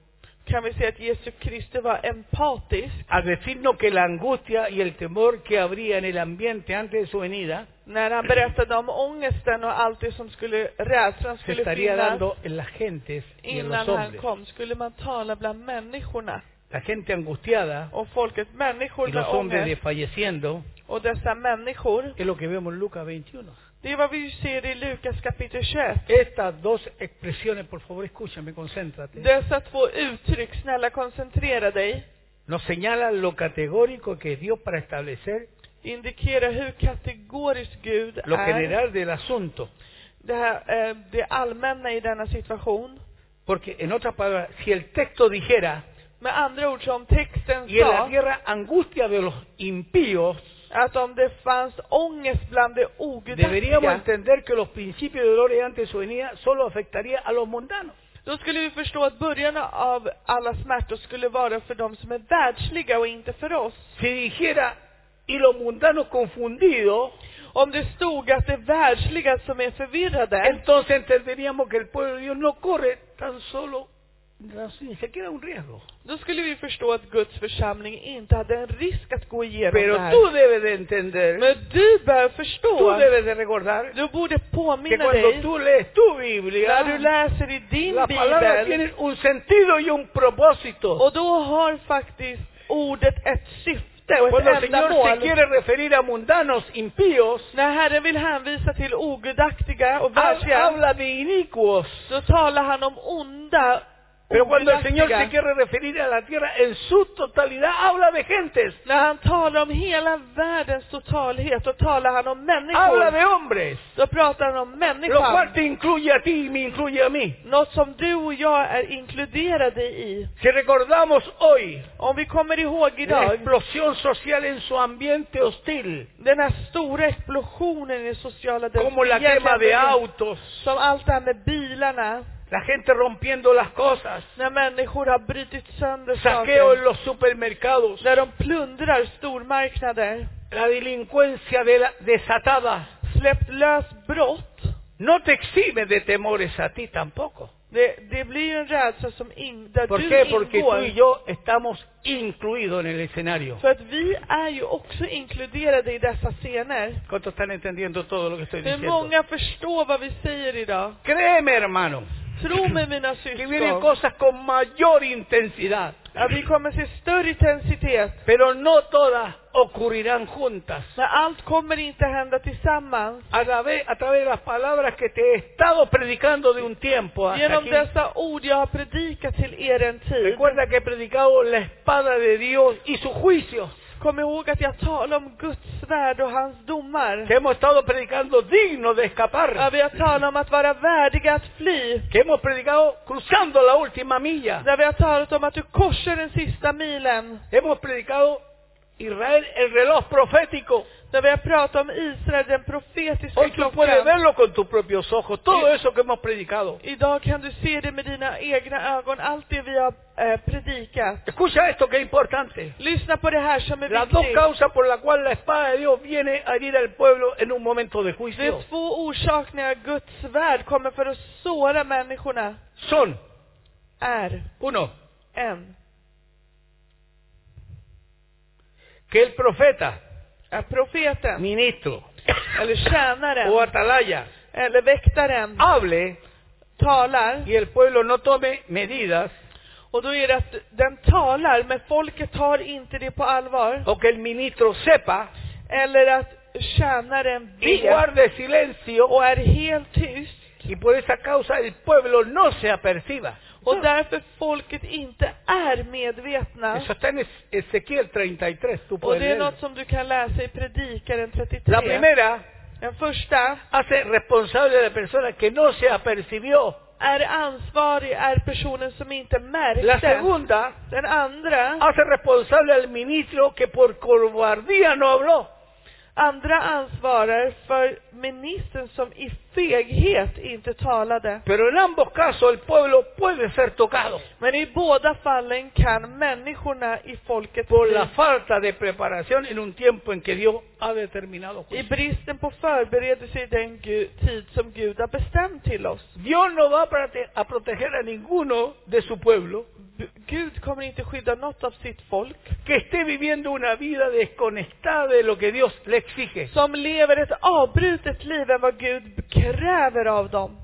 S2: kan vi se att Jesus Kristus var empatisk
S1: al decirnos que la angustia y el temor que habría en el ambiente antes de su venida
S2: när han berättade om ångesten och allt det som skulle, rädslan
S1: se
S2: skulle
S1: estaría
S2: finnas
S1: dando en las gentes y en los
S2: innan han
S1: hombres.
S2: kom. Skulle man tala bland människorna
S1: La gente angustiada
S2: och folket, människor
S1: y
S2: med
S1: los hombres
S2: ångest
S1: desfalleciendo
S2: och dessa människor.
S1: es lo que vemos en Lucas 21.
S2: Det är vad vi ser i Lukas kapitel 21.
S1: Estas dos expresiones, por favor, escúchame, concéntrate,
S2: Dessa två uttryck, snälla koncentrera dig.
S1: nos señalan lo categórico que es Dios para establecer
S2: indikerar hur kategorisk Gud
S1: lo
S2: är.
S1: general del asunto.
S2: Det, här, eh, det allmänna i denna situation.
S1: Porque en otras palabras, si el texto dijera,
S2: Med andra ord, som texten
S1: y en la
S2: sa,
S1: tierra angustia de los impíos,
S2: att om det fanns ångest bland de
S1: deberíamos
S2: ogudaktiga,
S1: entender que los principios de dolores antes de su venida solo afectaría a los mundanos.
S2: då skulle vi förstå att början av alla smärtor skulle vara för de som är världsliga och inte för oss.
S1: Si dijera, y los mundanos confundidos,
S2: Om det stod att det är världsliga som är förvirrade,
S1: entonces entenderíamos que el pueblo de Dios no corre tan solo, no, ni siquiera un riesgo.
S2: då skulle vi förstå att Guds församling inte hade en risk att gå igenom det
S1: Pero
S2: här.
S1: tú debes de entender,
S2: Men du bör
S1: tú
S2: förstå,
S1: debes de recordar
S2: du borde
S1: que
S2: påminna
S1: cuando
S2: dig,
S1: tú lees tu
S2: när du
S1: Biblia,
S2: läser i din
S1: las palabras
S2: bibel,
S1: tienen un sentido y un propósito.
S2: och då har faktiskt ordet ett syfte och
S1: Cuando el
S2: ett
S1: Señor se
S2: ändamål.
S1: quiere referir a mundanos impíos,
S2: När Herren vill hänvisa till ogudaktiga och
S1: hab-
S2: världsliga,
S1: habla de inicuos.
S2: så talar han om onda,
S1: Pero cuando el Señor se
S2: ogudaktiga.
S1: quiere referir a la tierra en su totalidad, habla de gentes,
S2: När han talar om hela världens totalhet, då talar han om
S1: habla
S2: människor.
S1: de hombres,
S2: Då pratar han om
S1: lo cual
S2: människan.
S1: te incluye a ti y me incluye a mí.
S2: Något som du och jag är inkluderade i.
S1: Si recordamos hoy
S2: Om vi kommer ihåg
S1: la
S2: idag,
S1: explosión social en su ambiente hostil,
S2: den här stora explosionen i sociala
S1: como la quema de autos,
S2: som allt det här med bilarna,
S1: la gente rompiendo las cosas,
S2: när människor har brutit sönder
S1: saqueo en
S2: saker,
S1: los supermercados,
S2: när de plundrar stormarknader,
S1: la delincuencia de la- desatada,
S2: släppt lös brott,
S1: no te exime de temores a ti tampoco.
S2: det, det blir ju en rädsla som in, där
S1: ¿Por
S2: du
S1: qué? Porque tú
S2: ingår.
S1: y yo estamos incluidos en el escenario.
S2: För att vi är ju också inkluderade i dessa scener.
S1: ¿Cuántos están entendiendo todo lo que estoy
S2: Hur
S1: diciendo?
S2: många förstår vad vi säger idag?
S1: Créeme, hermano,
S2: Tro mig mina
S1: que vienen
S2: syskon,
S1: cosas con mayor intensidad,
S2: att vi kommer se större intensitet.
S1: pero no todas ocurrirán juntas.
S2: Men allt kommer inte hända tillsammans.
S1: A través, a través de las palabras que te he estado predicando de un tiempo hasta
S2: Genom
S1: aquí.
S2: dessa ord jag har predikat till er en tid.
S1: Recuerda que he predicado la espada de Dios y sus juicios.
S2: Kom ihåg att jag talar om Guds svärd och hans
S1: Que
S2: domar.
S1: hemos estado predicando digno de
S2: Ja,
S1: escapar.
S2: vi har talat om att vara värdiga att fly.
S1: Que hemos predicado cruzando la última milla.
S2: Där vi har talat om att du korsar den sista milen.
S1: Hemos predicado Israel el reloj profético.
S2: Där vi har pratat om Israel, den profetiska
S1: Hoy tú puedes
S2: klockan.
S1: verlo con tus propios ojos, todo eso que hemos predicado.
S2: Idag kan du se det med dina egna ögon, allt det vi har eh, predikat.
S1: Escucha esto que es importante.
S2: Lyssna på det här som är
S1: Las dos
S2: viktigt.
S1: causas por las cuales la espada de Dios viene a herir al pueblo en un momento de
S2: Det
S1: juicio
S2: är två orsaker när Guds värld kommer för att såra människorna.
S1: son,
S2: Är
S1: uno,
S2: en,
S1: que el profeta,
S2: att profeten,
S1: ministro
S2: eller
S1: o
S2: tjänaren,
S1: atalaya
S2: eller väktaren
S1: hable
S2: talar.
S1: y el pueblo no tome medidas
S2: Och då är det att den talar, men folket tar inte det på allvar.
S1: o que el ministro sepa
S2: Eller att tjänaren
S1: y
S2: vet
S1: guarde silencio
S2: och är helt tyst.
S1: y por esa causa el pueblo no se aperciba.
S2: Och därför folket inte är medvetna.
S1: Eso está en Es- Ezequiel 33, tú
S2: Och
S1: puedes
S2: det är
S1: leerlo.
S2: något som du kan läsa i Predikaren
S1: La
S2: 33.
S1: primera
S2: Den första
S1: hace responsable a la persona que no se apercibió.
S2: är ansvarig, är personen som inte
S1: La
S2: märkte.
S1: segunda
S2: Den andra,
S1: hace responsable al ministro que por cobardía no habló.
S2: andra ansvarar för ministern som i feghet inte talade.
S1: Pero en ambos casos el pueblo puede ser tocado
S2: Men i båda fallen kan människorna i folket
S1: por
S2: bli-
S1: la falta de preparación en un tiempo en que Dios ha determinado.
S2: i
S1: juicio.
S2: bristen på förberedelse i den gu- tid som Gud har bestämt till oss.
S1: Dios no va a prote- a proteger a ninguno de su pueblo
S2: B- Gud kommer inte skydda något av sitt folk
S1: que esté viviendo una vida desconectada de lo que Dios le exige.
S2: som lever ett avbrutet liv än vad Gud kräver av dem.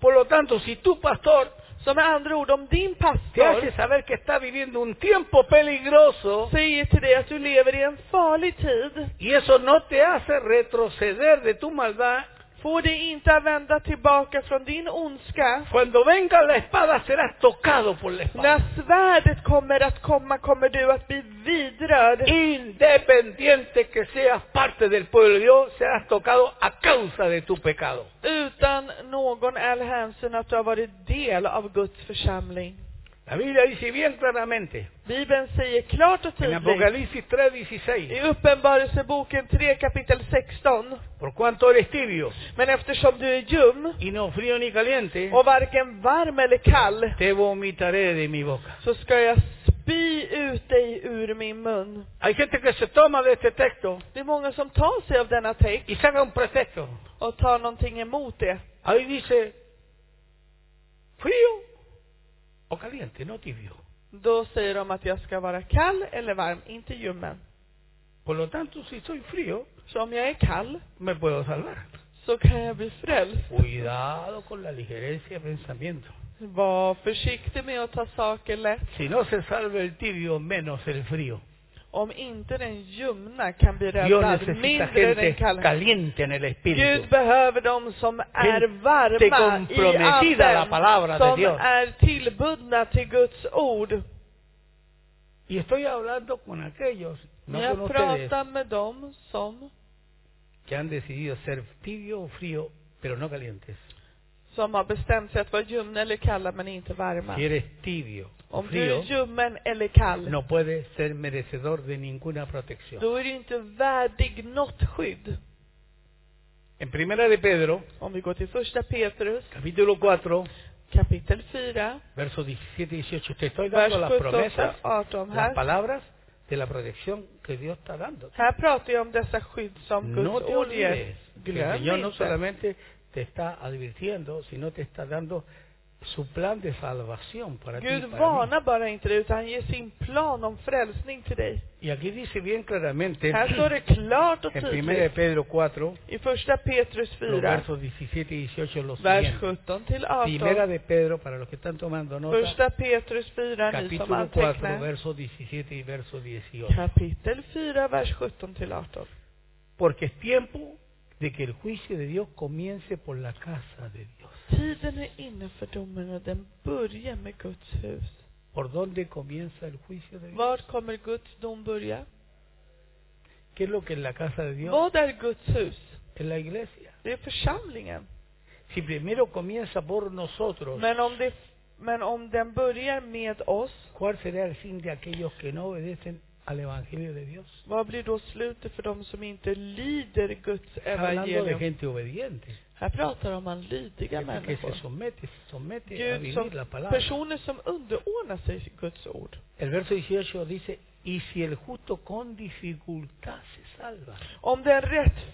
S1: Por lo tanto, si tu pastor
S2: Så med andra ord, om din
S1: te
S2: pastor
S1: hace saber que está viviendo un tiempo peligroso
S2: säger till dig att du lever i en farlig tid
S1: y eso no te hace retroceder de tu maldad
S2: Får dig inte att vända tillbaka från din ondska.
S1: Cuando venga la espada serás tocado por la espada.
S2: När svärdet kommer att komma kommer du att bli vidrörd.
S1: Independiente que seas parte del pueblo de Dios, serás tocado a causa de tu pecado.
S2: Utan någon all hänsyn att du har varit del av Guds församling.
S1: La Biblia dice bien claramente,
S2: Bibeln säger klart och
S1: en
S2: tydligt
S1: Apocalipsis
S2: i
S1: 3:16,
S2: Uppenbarelseboken 3 kapitel 16.
S1: por cuanto eres tibio
S2: Men eftersom du är ljum
S1: y no frío ni caliente,
S2: och varken varm eller kall
S1: te vomitaré de mi boca.
S2: så ska jag spy ut dig ur min mun.
S1: Hay gente que se toma de este texto
S2: Det är många som tar sig av denna text
S1: y saca un pretexto.
S2: och tar någonting emot det.
S1: Ahí dice frío o caliente, no tibio.
S2: Då säger de att jag ska vara kall eller varm, inte ljummen.
S1: Por lo tanto, si soy frío,
S2: Så om jag är kall
S1: me puedo salvar.
S2: så kan jag bli frälst.
S1: Cuidado con la ligereza de pensamiento.
S2: Var försiktig med att ta saker lätt.
S1: Si no se salva el tibio, menos el frío.
S2: Om inte den ljumna kan bli
S1: Dios
S2: räddad,
S1: necesita
S2: mindre den
S1: gente
S2: kalla.
S1: caliente en el
S2: Gud
S1: espíritu.
S2: behöver dem som är
S1: Gente
S2: varma i
S1: comprometida a la palabra
S2: anden,
S1: de
S2: som
S1: Dios.
S2: är tillbundna till Guds ord.
S1: Y estoy hablando con aquellos, no
S2: jag
S1: con ustedes,
S2: pratar med dem som,
S1: que han decidido ser tibio o frío, pero no calientes.
S2: som har bestämt sig att vara ljumna eller kalla men inte varma.
S1: Si eres tibio o
S2: Om du
S1: frío,
S2: är ljummen eller kall,
S1: no puedes ser merecedor de ninguna protección.
S2: då är du inte värdig något skydd.
S1: En primera de Pedro,
S2: Om vi går till första Petrus
S1: capítulo 4,
S2: kapitel 4,
S1: versos 17 y 18, te estoy
S2: vers
S1: dando las
S2: 17 och
S1: promesas,
S2: 18.
S1: las
S2: Här,
S1: palabras de la protección que Dios está dando.
S2: här pratar jag om dessa skydd som
S1: No
S2: Guds
S1: te
S2: ord ger.
S1: olvides que el
S2: Glöm
S1: Señor no
S2: inte.
S1: solamente te está advirtiendo, sino te está dando su plan de salvación para ti.
S2: Gud
S1: y para mí.
S2: varnar bara inte dig, utan han ger sin plan om frälsning till dig.
S1: Y aquí dice bien claramente,
S2: Här står det klart och
S1: en 1 de
S2: tydligt
S1: Pedro 4,
S2: i första Petrus
S1: los
S2: 4,
S1: versos 17 y 18, los
S2: vers 17 till 18.
S1: Primera de Pedro, para los que están tomando nota,
S2: Första Petrus 4, ni som
S1: capítulo 4,
S2: antecknar.
S1: versos 17 y verso 18.
S2: Kapitel 4, vers 17 till 18.
S1: Porque es tiempo de que el juicio de Dios comience por la casa de Dios.
S2: Tiden är inne för domen och den börjar med Guds hus.
S1: ¿Por dónde comienza el juicio de Dios?
S2: Var kommer Guds dom börja?
S1: ¿Qué es lo que es la casa de Dios?
S2: Vad är Guds hus?
S1: Es la iglesia.
S2: Det är församlingen.
S1: Si primero comienza por nosotros,
S2: Men om, det, men om den börjar med oss,
S1: ¿cuál será el fin de aquellos que no obedecen al Evangelio de Dios?
S2: vad blir då slutet för de som inte lyder Guds
S1: Está hablando de
S2: evangelium?
S1: gente obediente,
S2: Här pratar de om man lydiga
S1: gente que se
S2: människor.
S1: somete, se somete a
S2: Gud som
S1: vivir la palabra.
S2: personer som underordnar sig Guds ord.
S1: El verso 18 dice, y si el justo con dificultad se salva,
S2: Om den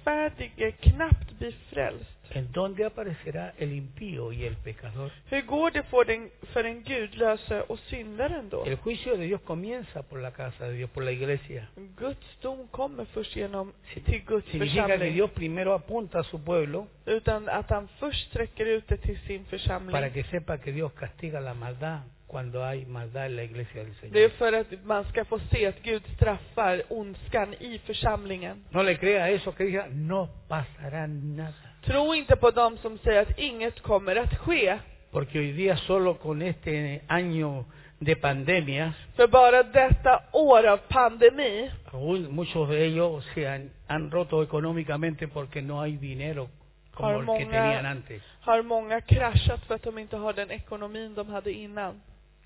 S2: rättfärdige knappt blir frälst,
S1: ¿en dónde aparecerá el impío y el pecador?
S2: hur går det för den, för den gudlöse och syndaren då?
S1: El juicio de Dios comienza por la casa de Dios, por la iglesia.
S2: Guds dom kommer först genom
S1: Si-
S2: till Guds
S1: Significa que
S2: församling,
S1: Dios primero apunta a su pueblo
S2: utan att han först sträcker ut det till sin
S1: para
S2: församling.
S1: que sepa que Dios castiga la maldad cuando hay maldad en la iglesia del
S2: Det är
S1: Señor.
S2: för att man ska få se att Gud straffar ondskan i församlingen.
S1: No le crea eso que diga, no pasará nada.
S2: Tro inte på dem som säger att inget kommer att ske.
S1: Porque hoy día solo con este año de pandemias,
S2: För bara detta år av pandemi
S1: Aún muchos de ellos se han, han roto económicamente porque no hay dinero como el que
S2: Hormona-
S1: tenían antes.
S2: har många kraschat för att de inte har den ekonomin de hade innan.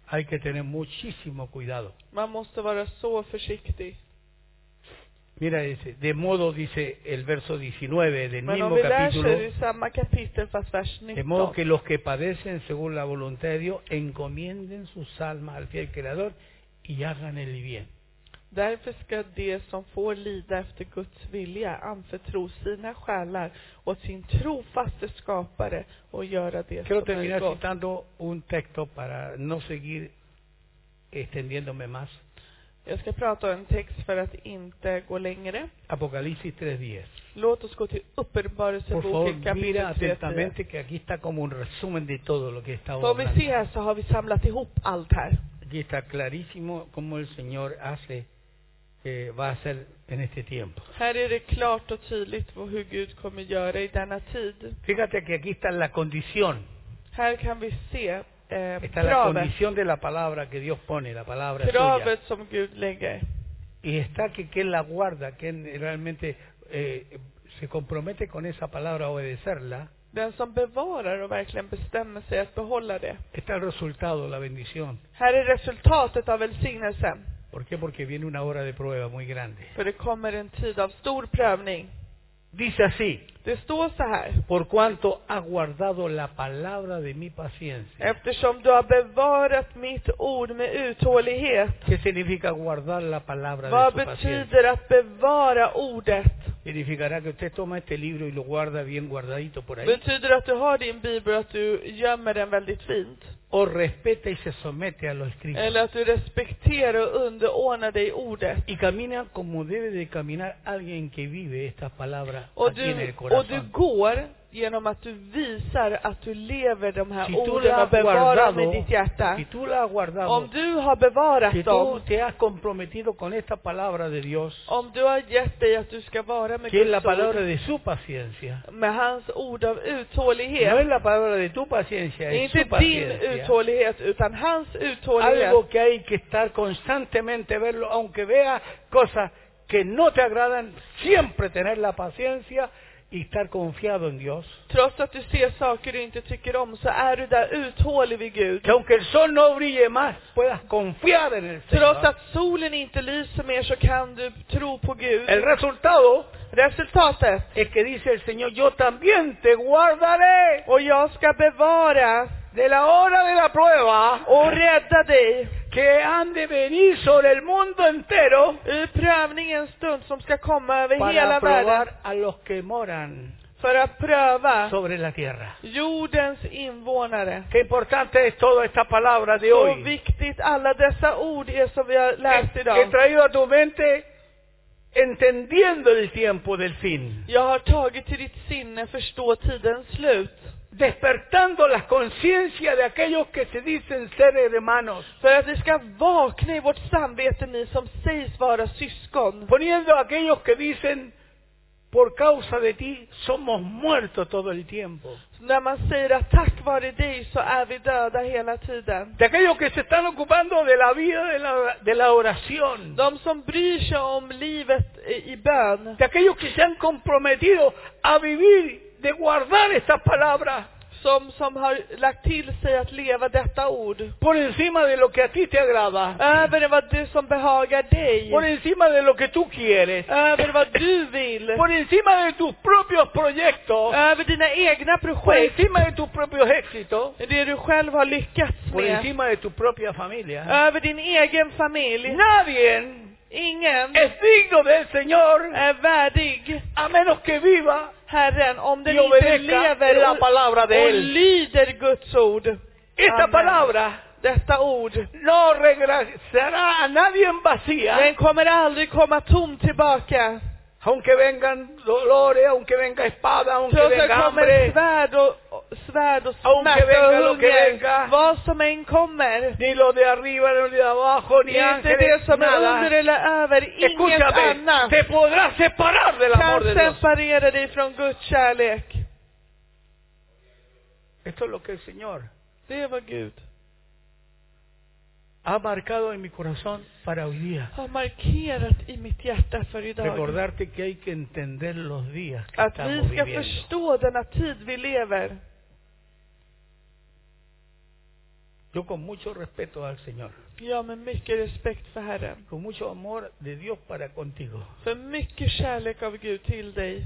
S1: Hay que tener muchísimo cuidado.
S2: Man måste vara så försiktig.
S1: Mira, dice, de modo, dice el verso 19 del
S2: Men om
S1: mismo
S2: vi läser
S1: capítulo,
S2: i samma kapitel fast vers
S1: de modo
S2: 19.
S1: que los que padecen según la voluntad de Dios encomienden sus almas al fiel Creador y hagan el bien.
S2: Därför ska de som får lida efter Guds vilja anförtro sina själar åt sin trofaste skapare och göra det
S1: Quiero
S2: som är
S1: terminar
S2: gott.
S1: citando un texto para no seguir extendiéndome más.
S2: Jag ska prata om en text för att inte gå längre.
S1: Apocalipsis 3.10.
S2: Låt oss gå till
S1: Por favor,
S2: Uppenbarelseboken
S1: mira
S2: kapitel 34.
S1: atentamente que aquí está como un resumen de todo lo que está
S2: Som vi ser
S1: hablando.
S2: här så har vi samlat ihop allt här.
S1: Aquí está clarísimo cómo el Señor hace eh, va a hacer en este tiempo.
S2: Här är det klart och tydligt vad- hur Gud kommer göra i denna tid.
S1: Fíjate que aquí está la condición,
S2: Här kan vi se eh,
S1: está la
S2: kravet,
S1: condición de la palabra que Dios pone, la palabra suya.
S2: kravet som Gud lägger.
S1: Y está que quien la guarda, quien realmente eh, se compromete con esa palabra a obedecerla,
S2: Den som bevarar och verkligen bestämmer sig att behålla det.
S1: está el resultado, la bendición.
S2: Här är resultatet av välsignelsen.
S1: ¿Por qué? Porque viene una hora de prueba muy grande.
S2: För det kommer en tid av stor prövning.
S1: Dice así,
S2: Det står så här.
S1: por cuanto ha guardado la palabra de mi
S2: Eh.
S1: paciencia.
S2: Eftersom du har bevarat mitt ord med uthållighet.
S1: ¿Qué significa guardar la palabra de
S2: Vad
S1: su paciencia?
S2: betyder att bevara ordet?
S1: Significará que usted toma este libro y lo guarda bien guardadito por ahí.
S2: Betyder det att du har din bibel och att du gömmer den väldigt fint?
S1: O respeta y se somete a lo escrito.
S2: Eller att du respekterar och underordnar dig ordet?
S1: Y camina como debe de caminar alguien que vive estas palabras
S2: Och
S1: aquí en
S2: du,
S1: el
S2: och du
S1: corazón.
S2: går genom att du visar att du lever de här
S1: Si tú
S2: orden
S1: la
S2: och
S1: has
S2: bevarar dem i
S1: guardado,
S2: ditt hjärta.
S1: si tú la has guardado,
S2: Om du har
S1: si
S2: bevarat
S1: tú
S2: dem,
S1: te has comprometido con esta palabra de Dios,
S2: om du har gett dig att du ska vara med
S1: que es la
S2: Guds
S1: palabra
S2: ord,
S1: de su paciencia,
S2: med hans ord av
S1: no
S2: uthållighet.
S1: es la palabra de tu paciencia,
S2: Det är
S1: es su
S2: inte din
S1: paciencia.
S2: uthållighet, utan hans uthållighet.
S1: Algo que hay que estar constantemente verlo, aunque vea cosas que no te agradan, siempre tener la paciencia y estar confiado en Dios.
S2: Trots att du ser saker du inte tycker om så är du där uthållig vid Gud.
S1: Que aunque el sol no brille más, puedas confiar en el
S2: Trots
S1: Señor.
S2: att solen inte lyser mer så kan du tro på
S1: El
S2: Gud.
S1: resultado
S2: Resultatet.
S1: es que dice el Señor, yo también te guardaré
S2: Och jag ska bevara
S1: de la hora de la prueba
S2: och rädda dig
S1: que han de venir sobre el mundo entero
S2: ur prövningens stund som ska komma över
S1: para
S2: hela världen
S1: probar a los que moran
S2: för att pröva
S1: sobre la tierra.
S2: jordens invånare.
S1: Qué importante es toda esta palabra de
S2: Så
S1: hoy.
S2: viktigt alla dessa ord är som vi har läst
S1: que he
S2: idag.
S1: traído a tu mente entendiendo el tiempo del fin,
S2: Jag har tagit till ditt sinne förstå tidens slut.
S1: despertando las conciencias de aquellos que se dicen ser hermanos,
S2: För att vi ska vakna i vårt samvete, ni som sägs vara syskon.
S1: poniendo a aquellos que dicen por causa de ti somos muertos todo el tiempo,
S2: När man säger att tack vare dig så är vi döda hela tiden.
S1: de aquellos que se están ocupando de la vida de la, de la oración,
S2: De som bryr sig om livet i i bön.
S1: de aquellos que se han comprometido a vivir, de guardar estas palabras
S2: Som, som har lagt till sig att leva detta ord.
S1: por encima de lo que a ti te agrada,
S2: Över vad du som behagar dig.
S1: por encima de lo que tú quieres.
S2: Över vad du vill.
S1: por encima de tus propios proyectos,
S2: Över dina egna
S1: por
S2: projekt.
S1: encima de tus propios éxitos,
S2: Det du själv har lyckats
S1: por
S2: med.
S1: encima de tu propia familia.
S2: Över din egen familj.
S1: Nadie
S2: Ingen
S1: es digno del Señor
S2: är värdig
S1: a menos que viva
S2: Herren, om den
S1: y
S2: inte
S1: obedezca
S2: lever
S1: la
S2: och,
S1: palabra de
S2: och
S1: Él.
S2: lyder Guds ord,
S1: Esta
S2: Amén.
S1: palabra
S2: detta ord,
S1: no regresará a nadie en
S2: den
S1: vacía,
S2: kommer aldrig komma tom tillbaka.
S1: aunque vengan dolores, aunque venga espada, aunque
S2: Trots att det
S1: venga
S2: kommer
S1: hambre,
S2: svärd och, och- svärd och
S1: Aunque
S2: smärta
S1: venga
S2: och
S1: lo que venga.
S2: hunger, vad som än kommer,
S1: ni lo de arriba, ni lo de abajo, ni
S2: det är inte
S1: ángeles,
S2: det som är
S1: nada.
S2: under eller över, inget
S1: Escúchame,
S2: annat
S1: te podrás separar del amor de
S2: kan
S1: Dios.
S2: separera dig från Guds kärlek.
S1: Esto es lo que el Señor
S2: Det var Gud
S1: ha marcado en mi corazón para hoy día.
S2: har markerat i mitt hjärta för idag.
S1: Recordarte que hay que entender los días que
S2: Att vi
S1: estamos
S2: ska
S1: viviendo.
S2: förstå denna tid vi lever.
S1: Yo con mucho respeto al Señor,
S2: Ja, med mycket respekt för Herren.
S1: con mucho amor de Dios para contigo.
S2: För mycket kärlek av Gud till dig.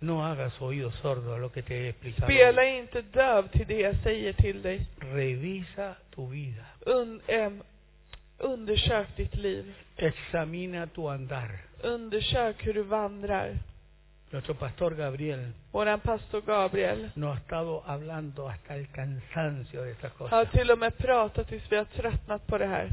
S1: No hagas oídos sordos a lo que te he explicado.
S2: Spela inte döv till det jag säger till dig.
S1: Revisa tu vida,
S2: Un, em, undersök ditt liv.
S1: examina tu andar.
S2: Undersök hur du vandrar.
S1: Nuestro pastor Gabriel
S2: Våran pastor Gabriel
S1: nos ha estado hablando hasta el cansancio de estas
S2: har
S1: cosas.
S2: till och med pratat tills vi har tröttnat på det här.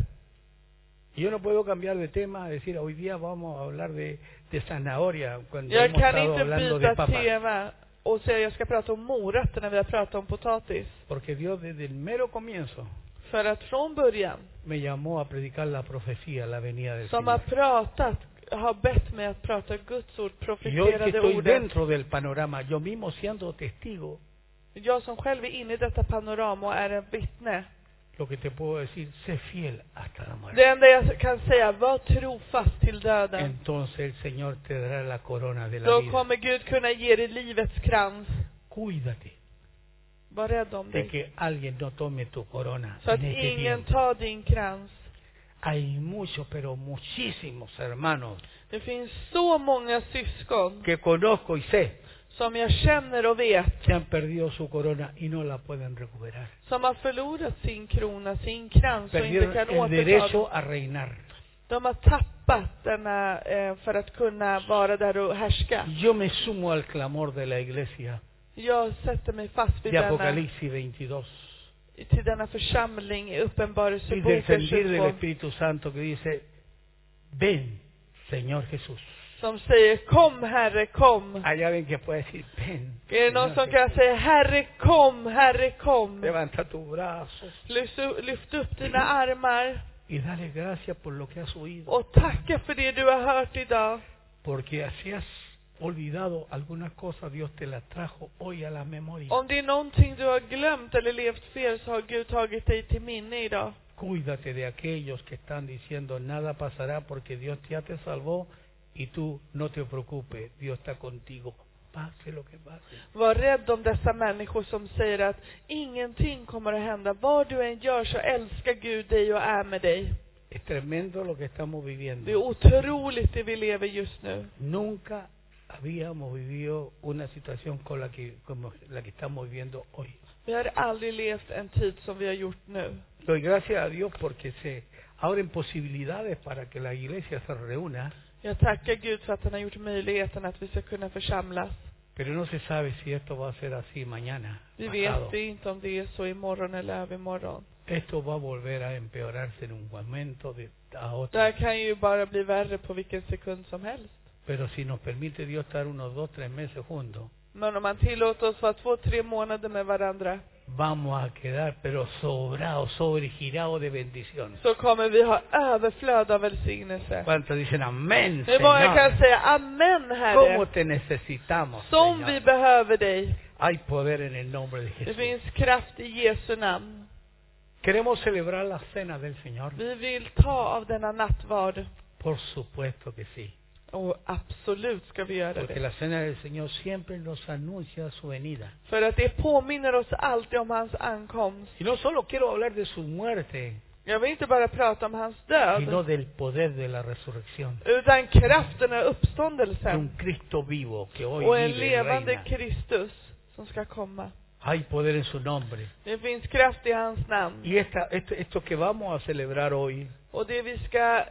S1: Y Yo no puedo cambiar de tema, decir, hoy día vamos a hablar de, de zanahoria, cuando
S2: Jag
S1: hemos
S2: kan
S1: estado
S2: inte
S1: hablando de
S2: byta
S1: papa.
S2: tema och säga jag ska prata om morötter när vi har pratat om potatis.
S1: Porque Dios desde el mero comienzo
S2: För att från början,
S1: me llamó a predicar la profecía, la venida del
S2: som har
S1: Señor.
S2: pratat, har bett mig att prata Guds ord,
S1: Y hoy que
S2: profeterade
S1: estoy
S2: orden.
S1: dentro del panorama, yo mismo siendo testigo,
S2: Jag som själv är inne i detta panorama och är en vittne.
S1: lo que te puedo decir, sé fiel hasta la
S2: Det
S1: muerte.
S2: enda jag kan säga, var trofast till döden.
S1: Entonces el Señor te dará la corona de la
S2: Då
S1: vida.
S2: kommer Gud kunna ge dig livets krans.
S1: Cuídate
S2: Var rädd om
S1: de
S2: dig.
S1: que alguien no tome tu corona.
S2: Så att
S1: en este
S2: ingen
S1: tiempo.
S2: tar din krans.
S1: Hay muchos, pero muchísimos hermanos
S2: Det finns så många syskon
S1: que conozco y sé
S2: som jag känner och vet
S1: que han perdido su corona y no la pueden recuperar.
S2: som har förlorat sin krona, sin krans och inte
S1: Perdieron
S2: kan
S1: el
S2: återta den.
S1: derecho a reinar.
S2: De har tappat denna eh, för att kunna vara där och härska.
S1: Yo me sumo al clamor de la iglesia
S2: Jag sätter mig fast
S1: de
S2: vid denna,
S1: Apocalipsis 22
S2: till denna församling i
S1: y del
S2: Uppenbarelseboken
S1: sentir del
S2: 22
S1: Espíritu Santo que dice, ven, Señor Jesús.
S2: som säger Kom Herre, kom.
S1: Hay alguien que puede decir, ven.
S2: Är det någon
S1: Señor
S2: som
S1: Jesús".
S2: kan säga Herre, kom, Herre, kom.
S1: Levanta tus brazos
S2: Lyft, u- lyft upp dina armar
S1: y dale gracias por lo que has oído,
S2: och tacka för det du har hört idag.
S1: porque si has olvidado algunas cosas, Dios te las trajo hoy a la memoria.
S2: Om det är någonting du har glömt eller levt fel så har Gud tagit dig till minne idag.
S1: Cuídate de aquellos que están diciendo nada pasará porque Dios ya te salvó y tú no te preocupes, Dios está contigo. Pase lo que pase.
S2: Var rädd om dessa människor som säger att ingenting kommer att hända. Vad du än gör så älskar Gud dig och är med dig.
S1: Es tremendo lo que estamos
S2: Det är
S1: viviendo.
S2: otroligt det vi lever just nu.
S1: Nunca habíamos vivido una situación con la que, como la que estamos viviendo hoy.
S2: Vi har aldrig levt en tid som vi har gjort nu.
S1: Doy gracias a Dios porque se abren posibilidades para que la iglesia se reúna,
S2: Jag tackar Gud för att han har gjort möjligheten att vi ska kunna församlas.
S1: pero no se sabe si esto va a ser así mañana.
S2: Vi
S1: pasado.
S2: vet ju inte om det är så imorgon eller övermorgon.
S1: Esto va a volver a empeorarse en un momento de a
S2: Det
S1: otro.
S2: här kan ju bara bli värre på vilken sekund som helst.
S1: Pero si nos permite Dios estar unos dos, tres meses juntos,
S2: Men om man tillåter oss vara två, tre månader med varandra
S1: vamos a quedar pero sobrados, sobregirados de bendiciones.
S2: så kommer vi ha överflöd av välsignelse.
S1: ¿Cuántos dicen amén?
S2: Hur många kan
S1: Señor?
S2: säga Amen,
S1: ¿Cómo
S2: Herre?
S1: te necesitamos?
S2: Som
S1: Señor?
S2: vi behöver dig.
S1: Hay poder en el nombre de
S2: Det
S1: Jesús.
S2: finns kraft i Jesu namn.
S1: Queremos celebrar la cena del Señor.
S2: Vi vill ta av denna nattvard.
S1: Por supuesto que sí.
S2: Och absolut ska vi göra
S1: Porque
S2: det.
S1: la cena del Señor siempre nos anuncia su venida.
S2: För att det påminner oss alltid om hans ankomst.
S1: Y no solo quiero hablar de su muerte,
S2: Jag vill inte bara prata om hans
S1: sino
S2: död,
S1: del poder de la resurrección.
S2: utan kraften av
S1: De un
S2: uppståndelsen
S1: Cristo vivo que hoy
S2: och en
S1: vive y
S2: levande
S1: reina.
S2: Kristus som ska komma.
S1: Hay poder en su nombre.
S2: Det finns kraft i hans namn.
S1: Y esta, esto, esto que vamos a celebrar hoy,
S2: Och det vi ska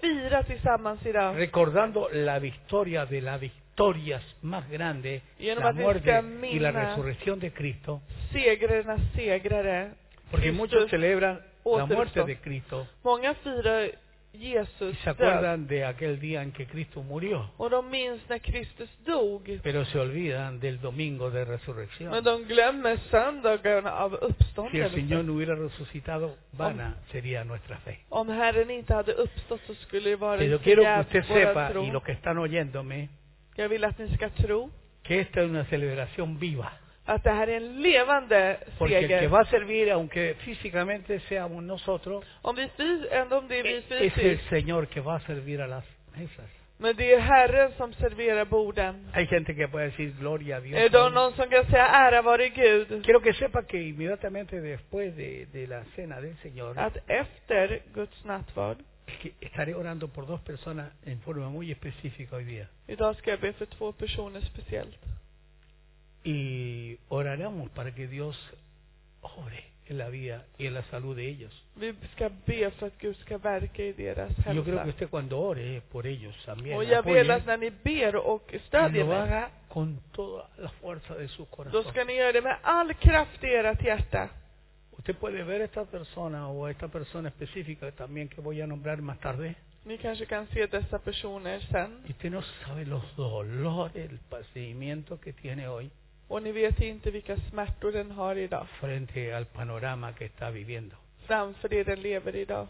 S2: fira tillsammans idag,
S1: recordando la victoria de las victorias más grandes,
S2: Y en
S1: la
S2: Mateo
S1: muerte y la
S2: camina.
S1: resurrección de Cristo,
S2: segrarnas segrare.
S1: porque muchos
S2: Kristus.
S1: celebran la
S2: Otros
S1: muerte
S2: no.
S1: de Cristo
S2: Många firar
S1: y
S2: Jesus
S1: se
S2: död.
S1: acuerdan de aquel día en que Cristo murió,
S2: Och de minns när Kristus dog.
S1: pero se olvidan del domingo de
S2: Men
S1: resurrección.
S2: de glömmer söndagarna av
S1: Si el Señor
S2: uppståndelsen.
S1: no hubiera resucitado, vana sería nuestra fe.
S2: Om Herren inte hade uppstått så skulle det
S1: Pero
S2: varit
S1: quiero que
S2: förgäves
S1: usted
S2: våran
S1: sepa, y
S2: tro.
S1: los que están oyéndome,
S2: Jag vill att ni ska tro
S1: que esta es una celebración viva.
S2: att det här är en levande
S1: Porque el que
S2: seger.
S1: va a servir, aunque físicamente seamos nosotros,
S2: Om vi fys, ändå om det är vi
S1: es el
S2: fysiskt,
S1: Señor que va a servir a las mesas.
S2: men det är Herren som serverar borden.
S1: Hay gente que puede decir gloria a Dios.
S2: Är det någon som kan säga ära vare Gud?
S1: Quiero que sepa que inmediatamente después de, de la cena del Señor,
S2: Att efter Guds nattvard,
S1: es que estaré orando por dos personas en forma muy específica hoy día.
S2: idag ska jag be för två personer speciellt.
S1: Y oraremos para que Dios obre en la vida y en la salud de ellos.
S2: Vi ska be för att Gud ska verka i deras
S1: Y Yo creo
S2: hälsa.
S1: que usted cuando ore por ellos también,
S2: Och jag vill
S1: apoye,
S2: att när ni ber och
S1: y
S2: stödjer
S1: lo
S2: mig,
S1: haga con toda la fuerza de su
S2: då
S1: corazón.
S2: ska ni göra det med all kraft i ert hjärta.
S1: Usted puede ver a esta persona o a esta persona específica también que voy a nombrar más tarde.
S2: Ni kanske kan se dessa personer sen.
S1: Y usted no sabe los dolores, el padecimiento que tiene hoy
S2: Och ni vet inte vilka smärtor den har idag
S1: frente al panorama que está viviendo.
S2: framför er den lever idag.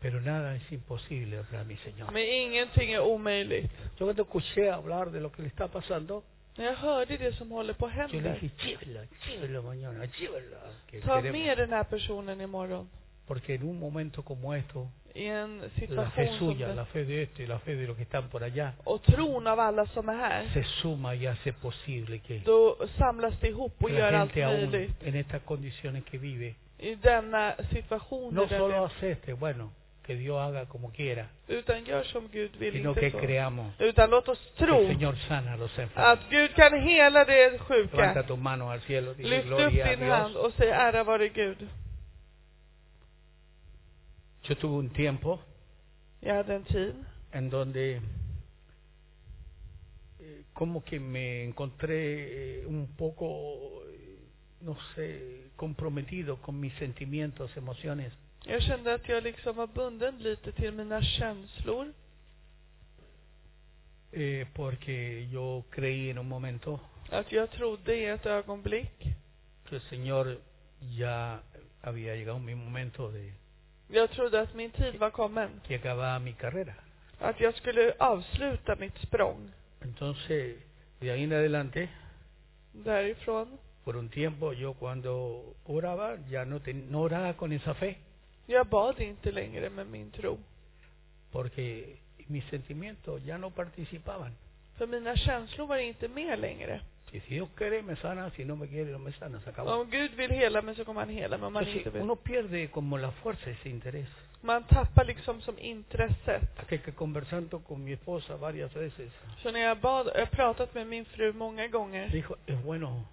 S1: Pero nada es imposible para mi Señor.
S2: Men ingenting är omöjligt.
S1: Yo cuando escuché hablar de lo que le está pasando,
S2: När jag hörde det som håller på att
S1: yo le
S2: hända,
S1: dije, llévelo, llévelo mañana, llévelo. Que
S2: ta
S1: queremos-
S2: med den här personen imorgon.
S1: Porque en un momento como esto,
S2: I en
S1: la fe
S2: situation som
S1: suya, la
S2: den.
S1: fe de este y la fe de los que están por allá,
S2: Och tron av alla som är här.
S1: se suma y hace posible que
S2: Då samlas det ihop och gör
S1: la
S2: allt
S1: gente aún
S2: möjligt.
S1: en estas condiciones que vive,
S2: I denna situation.
S1: no
S2: där
S1: solo
S2: vi-
S1: acepte, bueno, que Dios haga como quiera,
S2: Utan gör som Gud vill,
S1: sino
S2: inte
S1: que
S2: så.
S1: creamos
S2: Utan låt oss
S1: que
S2: tro
S1: el Señor sana a los enfermos.
S2: att Gud kan hela det
S1: Levanta
S2: sjuka.
S1: tu mano al cielo, dile
S2: Lyft upp
S1: gloria a
S2: din hand
S1: Dios.
S2: och säg ära vare Gud.
S1: Yo tuve un tiempo
S2: Jag hade en tid
S1: en donde eh, como que me encontré eh, un poco, eh, no sé, comprometido con mis sentimientos, emociones.
S2: Jag kände att jag liksom var bunden lite till mina känslor.
S1: eh, porque yo creí en un momento
S2: Att jag trodde i ett ögonblick.
S1: que el Señor ya había llegado mi momento de
S2: Jag trodde att min tid var kommen.
S1: que acababa mi carrera.
S2: Att jag skulle avsluta mitt språng.
S1: Entonces, de ahí en adelante,
S2: Därifrån.
S1: por un tiempo yo cuando oraba, ya no, ten- no oraba con esa fe,
S2: Jag bad inte längre med min tro.
S1: porque mis sentimientos ya no participaban.
S2: För mina känslor var inte med längre.
S1: Y si Dios quiere, me sana, si no me quiere, no me sana, se acabó.
S2: Om Gud vill hela mig så kommer han hela mig. Om han
S1: Entonces,
S2: inte vill.
S1: uno pierde como la fuerza ese interés.
S2: Man tappar liksom som intresset.
S1: Hasta que conversando con mi esposa varias veces,
S2: Så när jag bad, jag har pratat med min fru många gånger.
S1: Dijo, es bueno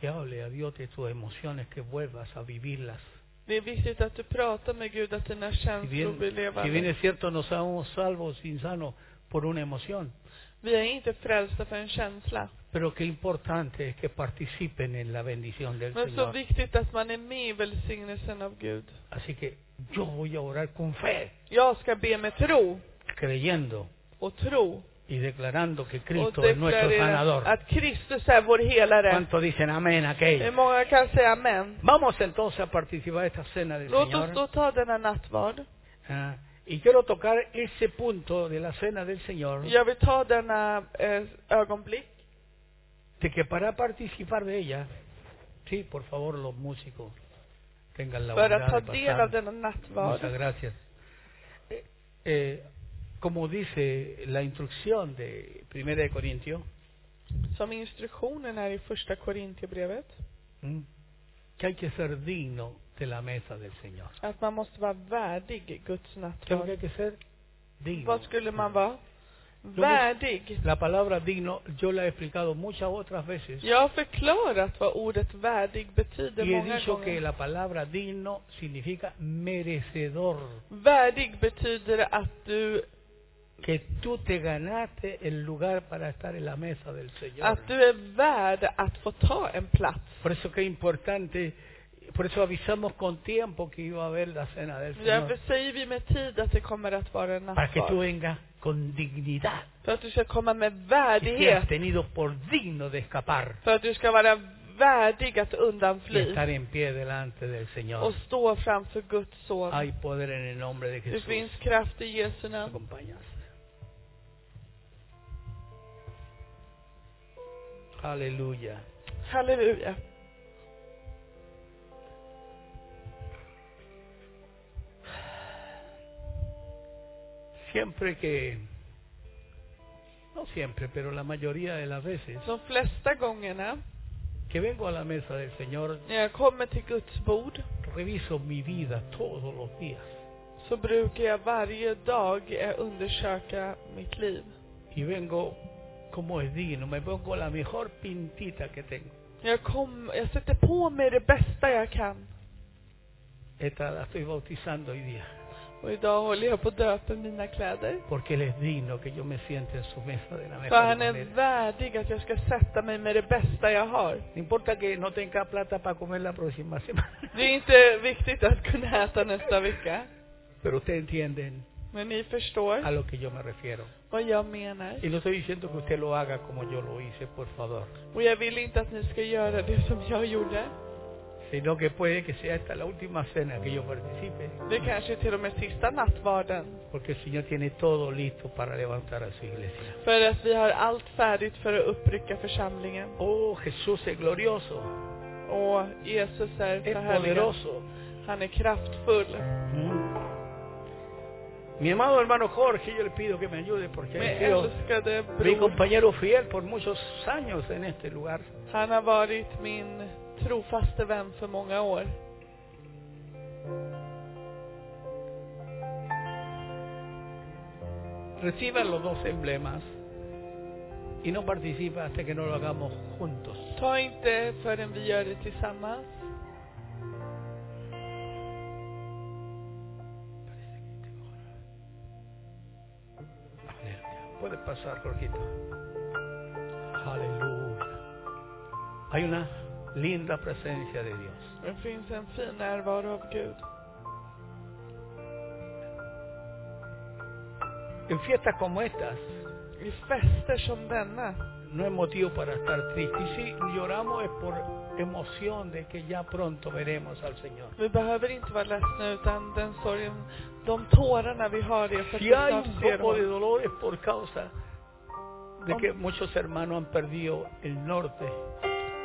S1: que hable a Dios de tus emociones, que vuelvas a vivirlas.
S2: Det är viktigt att du pratar med Gud att dina
S1: Si
S2: känslor
S1: bien,
S2: blir
S1: si bien
S2: levande.
S1: es cierto, no somos salvos insanos por una emoción,
S2: Vi är inte frälsta för en känsla.
S1: pero qué importante es que participen en la bendición del
S2: Men
S1: Señor.
S2: så viktigt att man är med i välsignelsen av Gud.
S1: Así que yo voy a orar con fe,
S2: Jag ska be med tro
S1: creyendo
S2: och tro.
S1: y declarando que
S2: Och
S1: Cristo es nuestro
S2: deklarera
S1: sanador.
S2: att Kristus är vår helare.
S1: ¿Cuánto dicen amén
S2: Hur
S1: aquello?
S2: många kan säga amen?
S1: Vamos entonces a participar de esta cena del
S2: Låt oss då
S1: Señor.
S2: ta denna nattvard.
S1: Ah, y quiero tocar ese punto de la cena del Señor.
S2: Jag vill ta denna eh, ögonblick.
S1: de que para participar de ella, sí, por favor, los músicos tengan la
S2: För
S1: bondad
S2: att ta
S1: de
S2: del
S1: pasar.
S2: av denna
S1: Muchas
S2: nattvard.
S1: gracias. Eh, eh, como dice la instrucción de Primera de Corintios,
S2: Som instruktionen är i första Korintierbrevet.
S1: ¿m? que hay que ser digno de la mesa del Señor.
S2: Att man måste vara värdig
S1: ¿Qué
S2: Guds
S1: es lo que
S2: nattvard.
S1: hay que ser? Digno.
S2: Vad skulle man vara?
S1: vis-
S2: Värdig.
S1: La palabra digno yo la he explicado muchas otras veces
S2: Jag har förklarat vad ordet värdig betyder
S1: y he
S2: många
S1: dicho que
S2: gånger.
S1: la palabra digno significa merecedor.
S2: Värdig betyder att du,
S1: que tú te ganaste el lugar para estar en la mesa del Señor.
S2: att du är värd att få ta en plats.
S1: Por eso que es importante, por eso avisamos con tiempo que iba a haber la cena del
S2: Därför
S1: Señor,
S2: säger vi med tid att det kommer att vara en
S1: para que tú
S2: nattvard.
S1: vengas con dignidad,
S2: För att du ska komma med
S1: que te has
S2: värdighet.
S1: tenido por digno de escapar
S2: För att du ska vara värdig att
S1: y
S2: undanfly.
S1: estar en pie delante del Señor.
S2: och stå framför Guds son.
S1: Hay poder en el nombre de
S2: Det
S1: Jesús.
S2: finns kraft i Jesu
S1: Nos
S2: namn.
S1: acompañas. Aleluya.
S2: Halleluja.
S1: Siempre que, no siempre, pero la mayoría de las veces,
S2: De flesta gångerna
S1: que vengo a la mesa del Señor,
S2: när jag kommer till Guds bord
S1: reviso mi vida todos los días
S2: så brukar jag varje dag eh, undersöka mitt liv.
S1: y vengo como es digno, me pongo la mejor pintita que tengo.
S2: Jag, kom, jag sätter på mig det bästa jag kan.
S1: Esta la estoy bautizando hoy día,
S2: Och idag håller jag på att döpa mina kläder.
S1: porque Él es digno que yo me siente en su mesa de la
S2: För
S1: mejor
S2: han är
S1: manera.
S2: värdig att jag ska sätta mig med det bästa jag har.
S1: No importa que no tenga plata para comer la próxima semana,
S2: Det är inte viktigt att kunna äta nästa vecka.
S1: pero ustedes entienden
S2: Men ni
S1: a
S2: förstår
S1: lo que yo me refiero.
S2: vad jag menar.
S1: Y no estoy diciendo que usted lo haga como yo lo hice, por favor.
S2: Och jag vill inte att ni ska göra det som jag gjorde.
S1: sino que puede que sea esta la última cena que yo participe,
S2: Det kanske till och med sista nattvarden.
S1: porque el Señor tiene todo listo para levantar a su iglesia.
S2: För att vi har allt färdigt för att upprycka församlingen.
S1: Oh, Jesús es glorioso,
S2: Och Jesus är
S1: es
S2: förhärligad.
S1: poderoso.
S2: Han är kraftfull.
S1: Mm. Mi amado hermano Jorge, yo le pido que me ayude porque
S2: Med
S1: ha sido
S2: älskade
S1: mi
S2: bror.
S1: compañero fiel por muchos años en este lugar.
S2: Han har varit min trofaste vän för många år.
S1: Reciban los dos emblemas y no participa hasta que no lo hagamos juntos.
S2: Ta inte förrän vi gör det tillsammans.
S1: Aleluya. Puede pasar, Jorgito. Aleluya. Hay una linda presencia de Dios.
S2: Det finns en fin närvaro av Gud.
S1: En fiestas como estas
S2: I fester som denna
S1: no es motivo para estar triste. Y si lloramos es por emoción de que ya pronto veremos al Señor.
S2: Vi behöver inte vara ledsna utan den sorgen, de tårarna vi har är för att vi
S1: Si hay
S2: snart
S1: un
S2: ser
S1: poco de
S2: honom.
S1: dolor es por causa de que muchos hermanos han perdido el norte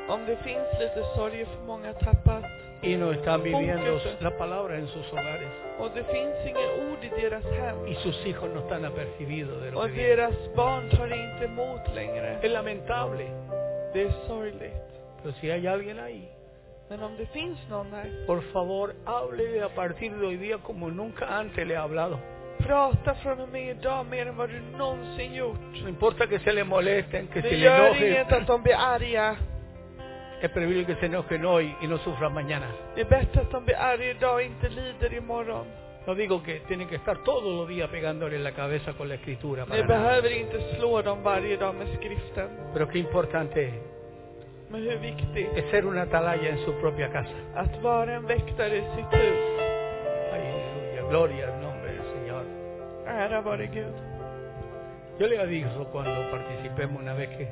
S2: Om det finns lite sorg är för många tappat
S1: y no están viviendo la palabra en sus hogares
S2: och det finns inga ord i deras hem
S1: y sus hijos no están apercibidos de lo
S2: och
S1: que viene.
S2: deras barn tar inte emot längre.
S1: Es lamentable,
S2: Det är sorgligt.
S1: pero si hay alguien ahí,
S2: Men om det finns någon här,
S1: por favor, hable a partir de hoy día como nunca antes le ha hablado.
S2: prata från och med idag mer än vad du någonsin gjort.
S1: No importa que se le molesten, que se
S2: Det
S1: le
S2: gör inget att
S1: enoje.
S2: de blir arga.
S1: Es preferible que se enojen hoy y no sufran mañana.
S2: Det är bättre att de blir arga idag och inte lider imorgon.
S1: No digo que tienen que estar todos los días pegándole en la cabeza con la escritura.
S2: Ni
S1: Para nada.
S2: behöver inte slå dem varje dag med skriften.
S1: Pero qué importante es
S2: Men hur viktigt
S1: es ser una atalaya en su propia casa.
S2: att vara en väktare i sitt hus.
S1: Aleluya, gloria al nombre del Señor.
S2: Ära vare Gud.
S1: Yo le aviso cuando participemos una vez que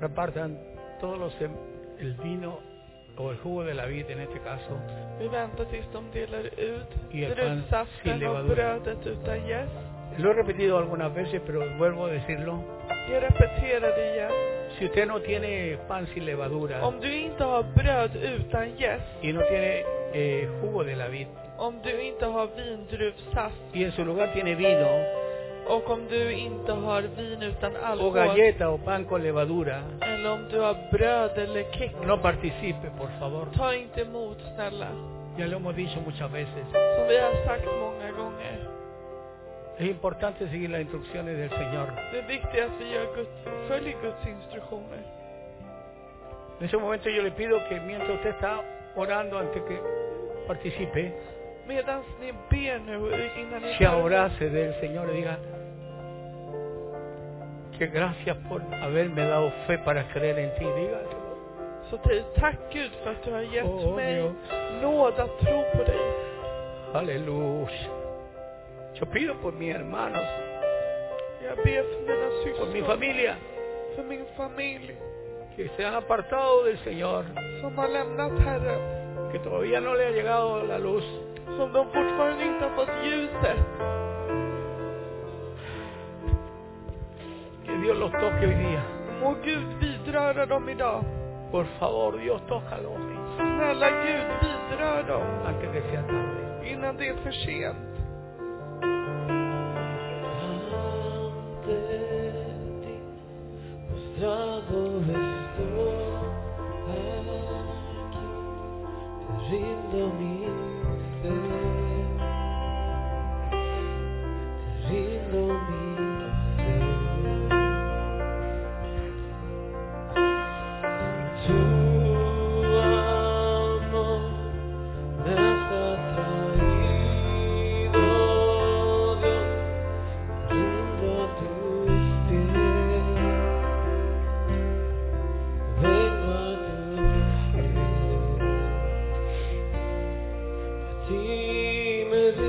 S1: repartan todos los em- el vino o el jugo de la vid en este caso.
S2: Vi väntar tills de delar ut
S1: I ett land sin
S2: drucksaften och
S1: levadura.
S2: brödet utan jäst.
S1: Lo he repetido algunas veces, pero vuelvo a decirlo.
S2: Jag repeterar det igen.
S1: Si usted no tiene pan sin levadura
S2: Om du inte har bröd utan jäst,
S1: y no tiene eh, jugo de la vid
S2: om du inte har vindruvssaft
S1: y en su lugar tiene vino
S2: och om du inte har vin utan
S1: o
S2: alkohol
S1: galleta o pan con levadura,
S2: eller om du har bröd eller kex,
S1: no participe, por favor.
S2: ta inte emot snälla.
S1: Ya lo hemos dicho muchas veces.
S2: Som vi har sagt många gånger.
S1: Es importante seguir las instrucciones del Señor.
S2: Det är viktigt att vi gör Guds, följer Guds instruktioner.
S1: En ese momento yo le pido que mientras usted está orando antes que participe,
S2: Medan ni ber nu innan ni
S1: se
S2: tar emot,
S1: abrace del Señor y diga que gracias por haberme dado fe para creer en ti. Dígaselo.
S2: så säg tack Gud för att du har gett
S1: Åh,
S2: mig
S1: Gud.
S2: nåd att tro på dig.
S1: Aleluya. Yo pido por mis hermanos,
S2: Jag ber för mina
S1: por mi
S2: syskon,
S1: familia,
S2: för min familj
S1: que se han apartado del Señor,
S2: som har lämnat Herren,
S1: que todavía no le ha llegado la luz.
S2: som de fortfarande inte har fått ljuset.
S1: Que Dios los toque hoy día.
S2: Må Gud vidröra dem idag.
S1: Por favor, Dios, tócalos
S2: Snälla Gud, vidrör dem
S1: antes que sea tarde.
S2: innan det är för sent.
S3: Ante ti postrado estoy aquí, te rindo mi fe, te rindo mi fe. Tu amor me has atraído, Dios. Rindo tus pies, vengo a tus pies, a ti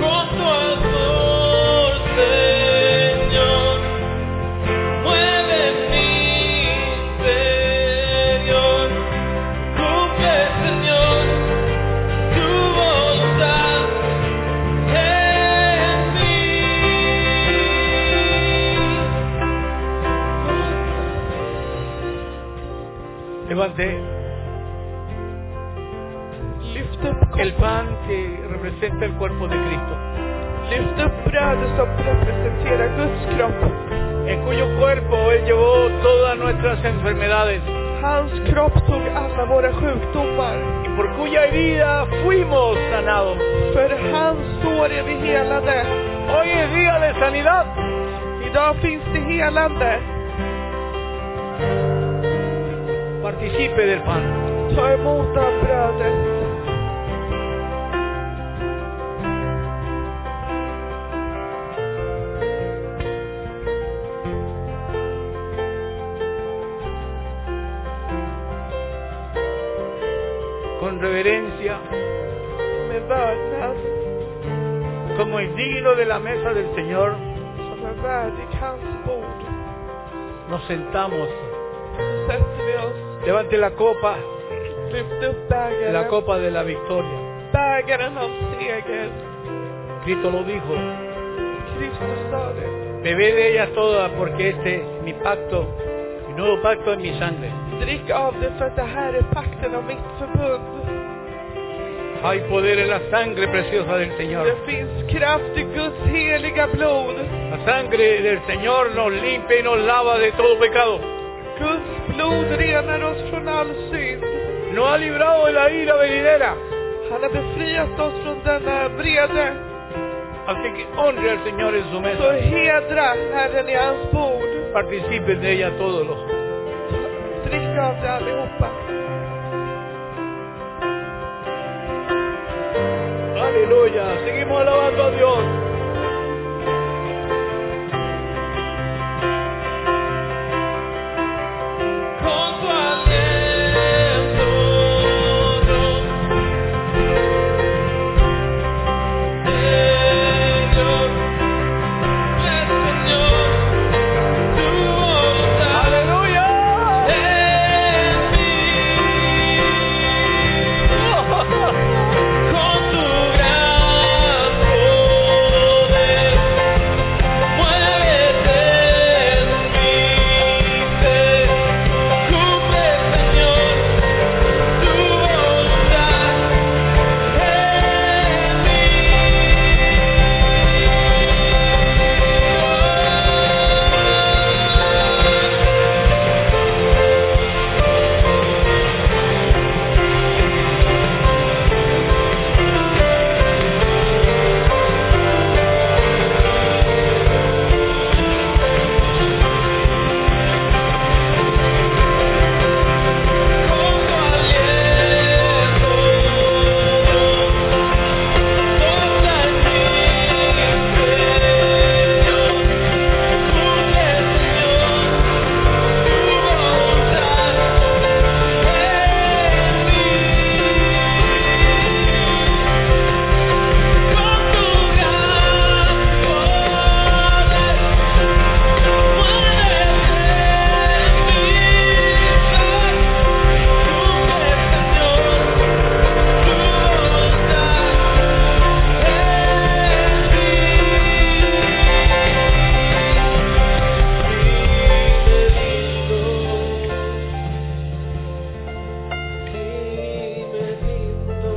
S4: con tu amor, Señor. Mueve mi Señor. Cumple, Señor, tu voluntad en mí.
S1: Levante
S2: Lyft upp,
S1: el
S2: kopparna.
S1: pan que representa el cuerpo de Cristo,
S2: Lyft upp brödet som representerar Guds kropp.
S1: en cuyo cuerpo Él llevó todas nuestras enfermedades
S2: Hans kropp tog alla våra sjukdomar.
S1: y por cuya herida fuimos sanados.
S2: För hans sår är vi helade.
S1: Hoy es día de sanidad.
S2: Idag finns det helande.
S1: Participe del pan.
S2: Ta emot av brödet.
S1: Con reverencia,
S2: med vördnad
S1: como el digno de la mesa del Señor,
S2: som är värdig hans bord.
S1: nos sentamos.
S2: Så sätter vi oss,
S1: Levante la copa,
S2: lyft upp bägaren,
S1: la copa de la victoria.
S2: bägaren av seger.
S1: Cristo lo dijo,
S2: Kristus sa det.
S1: bebé de ella toda porque este es mi pacto, mi nuevo pacto en mi sangre.
S2: Drick av det för att det här är pakten av mitt förbund.
S1: Hay poder en la sangre preciosa del Señor.
S2: Det finns kraft i Guds heliga blod.
S1: La sangre del Señor nos limpia y nos lava de todo pecado.
S2: Guds blod renar oss från all synd.
S1: Nos ha librado de la ira venidera.
S2: Han har befriat oss från denna vrede.
S1: Así que honre al Señor en su
S2: Så
S1: mesa.
S2: hedra Herren i hans bord.
S1: Participen de ella todos los.
S2: Drick av det allihopa.
S1: Aleluya. Seguimos alabando a Dios.
S4: Con tu aliento, Señor, el Señor, tu voluntad, aleluya, en mí, con tu gran poder. Muévete en mi ser, cumple Señor tu voluntad en Con tu aliento, sopla en mí, Señor, cumple, Señor, tu voluntad en mí. Con tu gran poder, muévete en mí, Cumple, Señor, tu voluntad en
S3: Dime lindo,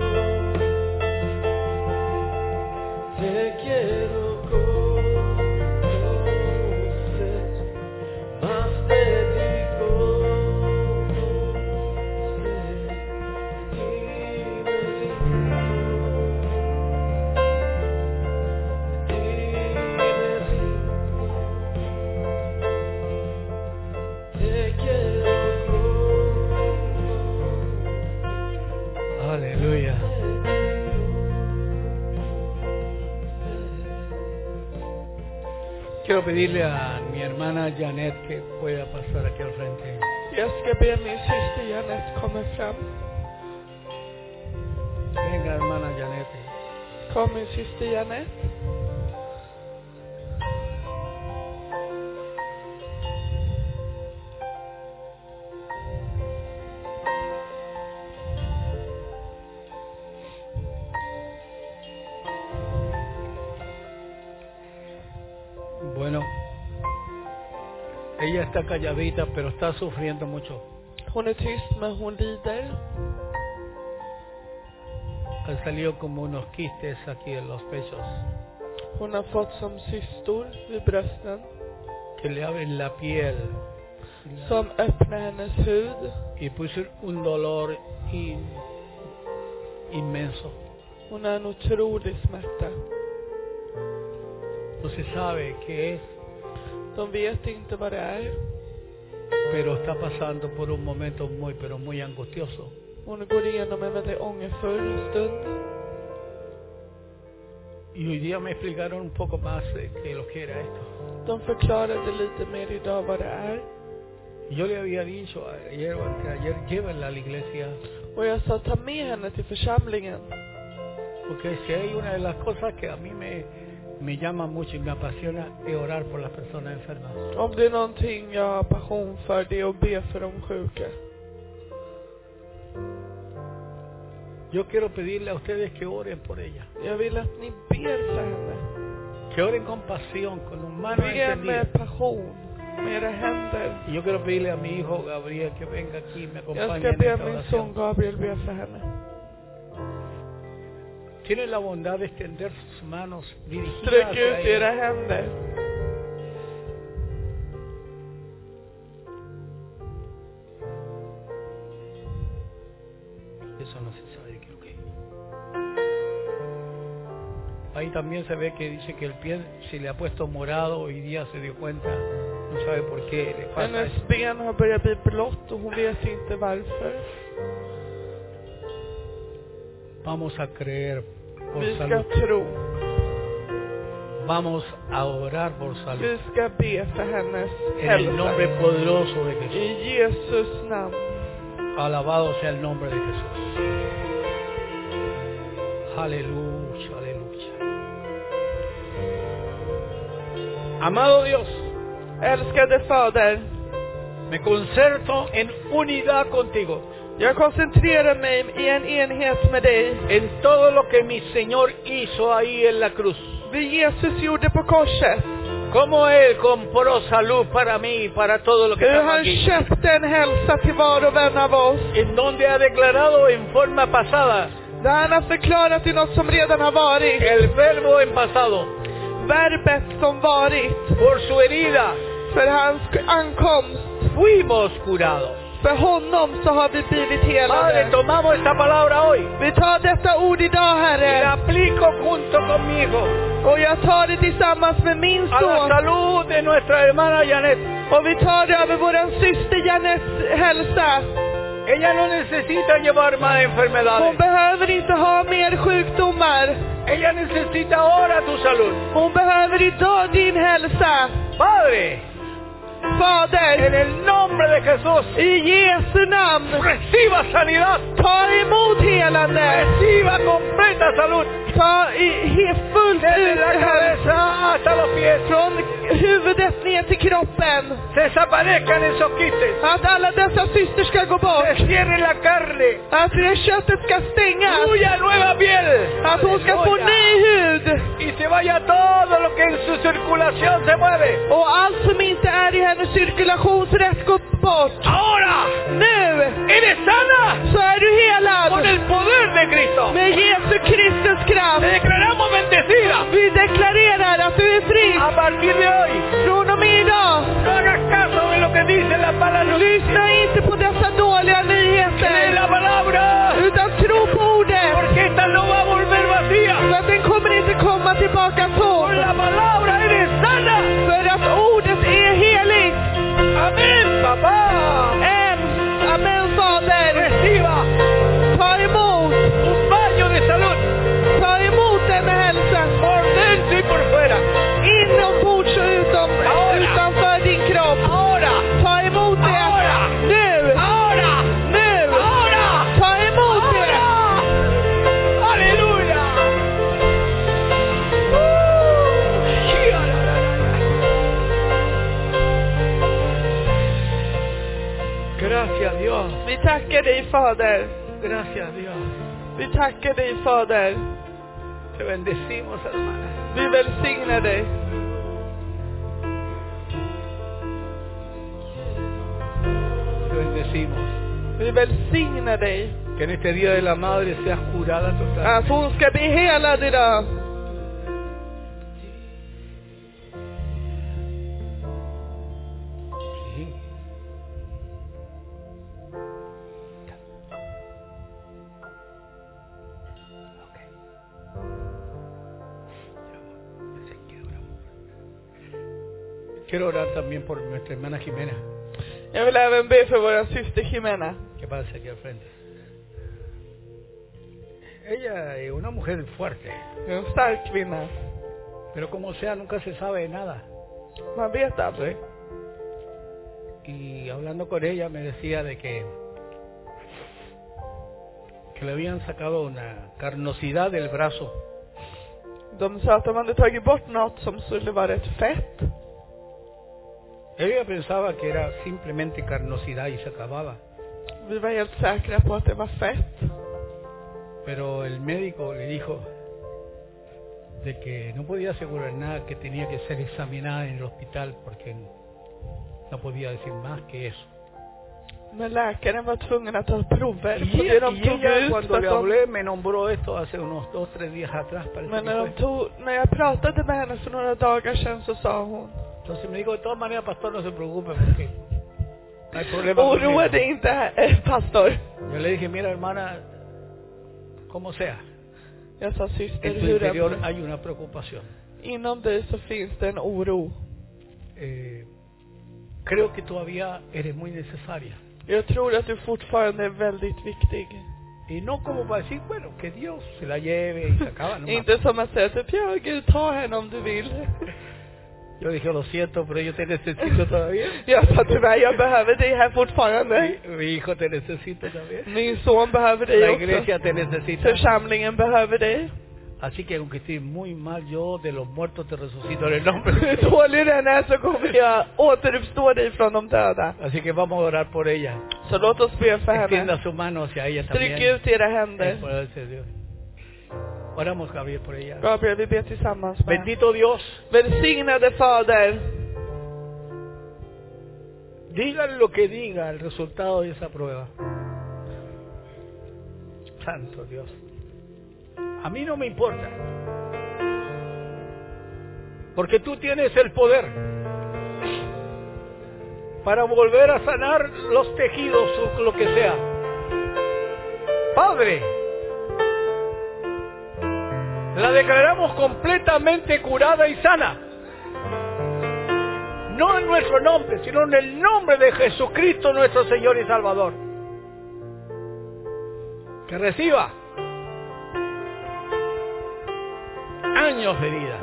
S3: te quiero conocer, más te digo, dime lindo, dime lindo, te quiero conocer.
S1: Aleluya. Quiero pedirle a mi hermana Janet que pueda pasar aquí al frente.
S2: Jag ska be min syster Jeanette komma fram.
S1: Venga, hermana Janet.
S2: Kom min syster Janette.
S1: Bueno, ella está calladita, pero está sufriendo mucho.
S2: Hon är tyst men hon lider.
S1: Han salió como unos quistes aquí en los pechos
S2: Hon har fått som cystor vid brösten
S1: que le abren la piel
S2: som öppnar hennes hud
S1: y puso un dolor in- inmenso.
S2: Hon har en otrolig smärta.
S1: No se sabe qué es,
S2: De vet inte vad det är.
S1: pero está pasando por un momento muy, pero muy angustioso.
S2: Hon går igenom en väldigt ångerfull stund.
S1: Y hoy día me explicaron un poco más eh, de qué lo que era esto.
S2: De förklarade lite mer idag vad det är.
S1: Yo le había dicho ayer o anteayer, llévenla a la iglesia,
S2: Och jag sa ta med henne till församlingen.
S1: porque si hay una de las cosas que a mí me, me llama mucho y me apasiona es orar por las personas enfermas.
S2: Om det är någonting jag har passion för det är att be för de sjuka.
S1: Yo quiero pedirle a ustedes que oren por ella,
S2: Jag vill att ni ber för henne.
S1: que oren con pasión, con humano
S2: Be
S1: entendido.
S2: med passion. Med era händer.
S1: Y yo quiero pedirle a mi hijo Gabriel que venga aquí y me
S2: Jag
S1: acompañe
S2: ska
S1: en
S2: be
S1: esta
S2: min son
S1: oración.
S2: Gabriel be för henne.
S1: Tiene la bondad de extender sus manos dirigidas
S2: Sträck
S1: hacia
S2: ut era
S1: ella.
S2: händer.
S1: Eso no se sabe creo que. Ahí también se ve que dice que el pie se le ha puesto morado, hoy día se dio cuenta, no sabe por qué le pasa eso.
S2: Hennes ben har börjat bli blått och hon vet inte varför.
S1: Vamos a creer
S2: Vi
S1: por
S2: ska
S1: salud.
S2: tro.
S1: Vamos a orar por salud.
S2: Vi ska be för hennes
S1: En el nombre
S2: hälsa.
S1: poderoso de Jesús.
S2: I Jesus namn.
S1: Alabado sea el nombre de Jesús. Aleluya, aleluya. Amado Dios,
S2: Älskade Fader,
S1: me concerto en unidad contigo.
S2: jag koncentrerar mig i en enhet med dig.
S1: En todo lo que mi Señor hizo ahí en la cruz.
S2: Det Jesus gjorde på korset,
S1: Cómo Él compró salud para mí y para todo lo que
S2: hur
S1: estamos
S2: han
S1: aquí.
S2: köpte en hälsa till var och en av oss.
S1: En donde ha declarado en forma pasada
S2: Där han har förklarat i något som redan har varit.
S1: el verbo en pasado.
S2: Verbet som varit.
S1: Por su herida
S2: För hans ankomst.
S1: fuimos curados.
S2: För honom så har vi blivit
S1: Padre,
S2: helade.
S1: tomamos esta palabra hoy.
S2: Vi tar detta ord idag,
S1: y la
S2: Herre.
S1: aplico junto conmigo
S2: Och jag tar det tillsammans med min
S1: a la
S2: son.
S1: salud de nuestra hermana Janet.
S2: Och vi tar det över våran syster Janettes hälsa.
S1: Ella no necesita llevar más
S2: Hon
S1: enfermedades.
S2: behöver inte ha mer sjukdomar.
S1: Ella necesita ahora tu salud.
S2: Hon behöver idag din hälsa.
S1: Padre, en
S2: Fader,
S1: el nombre de Jesús,
S2: i Jesu namn,
S1: reciba sanidad.
S2: ta emot helande.
S1: Reciba completa salud.
S2: Ta i, he- fullt
S1: Desde
S2: ut
S1: la
S2: hälsa.
S1: cabeza hasta los pies.
S2: Från huvudet ner till kroppen.
S1: Desaparezcan esos quistes.
S2: Att alla dessa syster ska gå bort.
S1: Se cierre la carne.
S2: Att det köttet ska stängas.
S1: Fluya nueva piel.
S2: Att hon ska få ny hud.
S1: Y se vaya todo lo que en su circulación se mueve.
S2: Och allt som inte är i hennes cirkulationsrätt går bort.
S1: Ahora,
S2: Nu
S1: eres sana.
S2: så är du
S1: con
S2: helad.
S1: el poder de Cristo.
S2: Med Jesu Kristus
S1: Te
S2: kraft.
S1: declaramos bendecida.
S2: Vi deklarerar att du är fri
S1: A partir de hoy,
S2: från och med idag.
S1: no hagas caso de lo que dice la palabra.
S2: Lyssna inte på dessa dåliga
S1: Cree
S2: nyheter.
S1: la palabra,
S2: Utan tro på ordet.
S1: porque esta no va a volver
S2: För
S1: vacía.
S2: att den kommer inte komma tillbaka
S1: Con
S2: tom.
S1: la palabra eres sana.
S2: För att ordet är heligt.
S1: Amén, papá. Em,
S2: Amen. Amen Fader.
S1: Reciba
S2: Ta emot.
S1: un baño de salud
S2: Ta emot denna hälsa.
S1: por dentro y por fuera.
S2: Inombords och utom, utanför din kropp.
S1: Ahora,
S2: Ta emot det.
S1: Ahora.
S2: Nu.
S1: ahora,
S2: Nu.
S1: ahora.
S2: Ta emot det.
S1: ahora. Aleluya.
S2: Fader.
S1: Gracias Dios.
S2: Vi tackar dig, Fader.
S1: Te bendecimos hermana.
S2: Vi välsignar dig.
S1: Te bendecimos.
S2: Vi välsignar dig.
S1: Que en este día de la madre seas curada
S2: Att
S1: totalmente.
S2: hon ska bli helad idag.
S1: Sí. Ok. Ya, así que oramos. Quiero orar también por nuestra hermana Jimena,
S2: Jag vill även be för vår syster Jimena.
S1: que pasa aquí al frente. Ella es una mujer fuerte,
S2: Hon är en stark kvinna.
S1: pero como sea, nunca se sabe de nada.
S2: Man vet aldrig.
S1: y hablando con ella me decía de que que le habían sacado una carnosidad del brazo
S2: De sa att de hade tagit bort något som skulle vara ett fett.
S1: ella pensaba que era simplemente carnosidad y se acababa
S2: Vi var helt säkra på att det var fett.
S1: pero el médico le dijo de que no podía asegurar nada que tenía que ser examinada en el hospital porque no podía decir más que eso
S2: Men läkaren var tvungen att ta prover.
S1: y,
S2: Och det de
S1: y
S2: tog
S1: ella
S2: ut
S1: cuando
S2: var
S1: le
S2: de...
S1: hablé me nombró esto hace unos dos tres días atrás parece
S2: Men
S1: que
S2: när, de
S1: fue.
S2: tog, när jag pratade med henne för några dagar sedan så sa hon
S1: Entonces me dijo, de todas maneras, pastor, no se preocupe porque no hay problema.
S2: Oh,
S1: conmigo".
S2: Oroa dig inte, eh, pastor.
S1: Yo le dije, mira, hermana, como sea,
S2: Jag sa syster,
S1: en tu
S2: hur
S1: interior
S2: är
S1: hay una preocupación.
S2: Inom dig så finns det en oro.
S1: Eh, creo que todavía eres muy necesaria.
S2: Jag tror att du fortfarande är väldigt viktig.
S1: Y no como para decir, bueno, que Dios se la lleve y se acaba. nomás.
S2: Inte som att säga typ, ja Gud, ta henne om du vill.
S1: Yo dije, lo siento, pero yo te necesito todavía.
S2: Jag sa tyvärr, jag behöver dig här fortfarande.
S1: mi, mi hijo te necesita también.
S2: Min son behöver
S1: La
S2: dig
S1: iglesia
S2: också.
S1: te necesita.
S2: Församlingen behöver dig.
S1: Así que aunque estés muy mal, yo de los muertos te resucito en el nombre de
S2: Hur
S1: Jesús.
S2: dålig den är så kommer jag återuppstå dig från de döda.
S1: Así que vamos a orar por ella.
S2: Så låt oss be för henne.
S1: Extienda su mano hacia ella
S2: Stryk
S1: también.
S2: ut era
S1: En el
S2: händer.
S1: poder de Dios. Oramos, Gabriel, por ella.
S2: Gabriel, vi ber tillsammans med henne.
S1: Bendito Dios,
S2: Välsignade Fader,
S1: digan lo que diga el resultado de esa prueba. Santo Dios. A mí no me importa. Porque tú tienes el poder para volver a sanar los tejidos o lo que sea. Padre, la declaramos completamente curada y sana. No en nuestro nombre, sino en el nombre de Jesucristo nuestro Señor y Salvador. Que reciba años de vida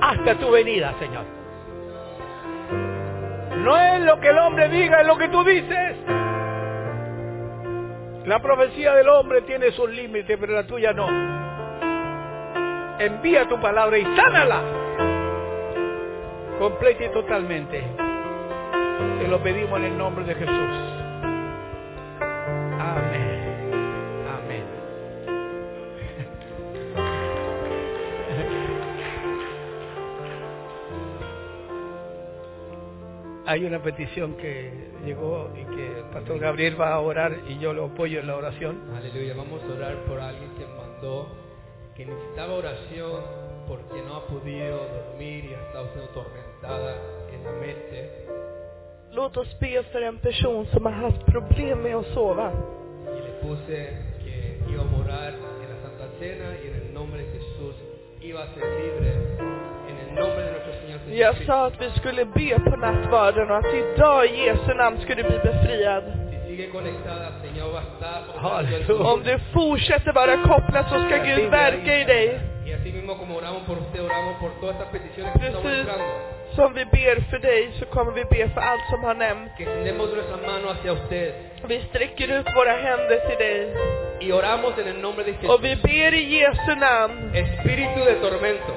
S1: hasta tu venida, Señor. No es lo que el hombre diga, es lo que tú dices. La profecía del hombre tiene sus límites, pero la tuya no. Envía tu palabra y sánala completa y totalmente. Te lo pedimos en el nombre de Jesús. Amén. Amén. Hay una petición que llegó y que el pastor Gabriel va a orar y yo lo apoyo en la oración.
S3: Aleluya, vamos a orar por alguien que mandó, que necesitaba oración porque no ha podido dormir y ha estado siendo tormentada en la mente.
S2: låt oss be för en person som har haft problem med att sova.
S3: Y le puse que iba a orar en la Santa Cena y en el nombre de Jesús iba a ser libre. En el nombre de nuestro Señor
S2: Jag
S3: Jesucristo.
S2: sa att vi skulle be på nattvarden och att idag i Jesu namn ska du bli befriad.
S3: Si sigue conectada, Señor va a estar.
S1: Aleluya.
S2: Om du fortsätter vara kopplad så ska Gud verka i dig.
S3: Y así mismo como oramos por usted, oramos por todas estas peticiones que estamos
S2: Precis
S3: entrando.
S2: som vi ber för dig så kommer vi be för allt som har nämnts.
S3: Que extendemos nuestra mano hacia usted
S2: Vi sträcker ut våra händer till dig
S3: y oramos en el nombre de Jesús.
S2: och vi ber i Jesu namn.
S3: Espíritu de tormento,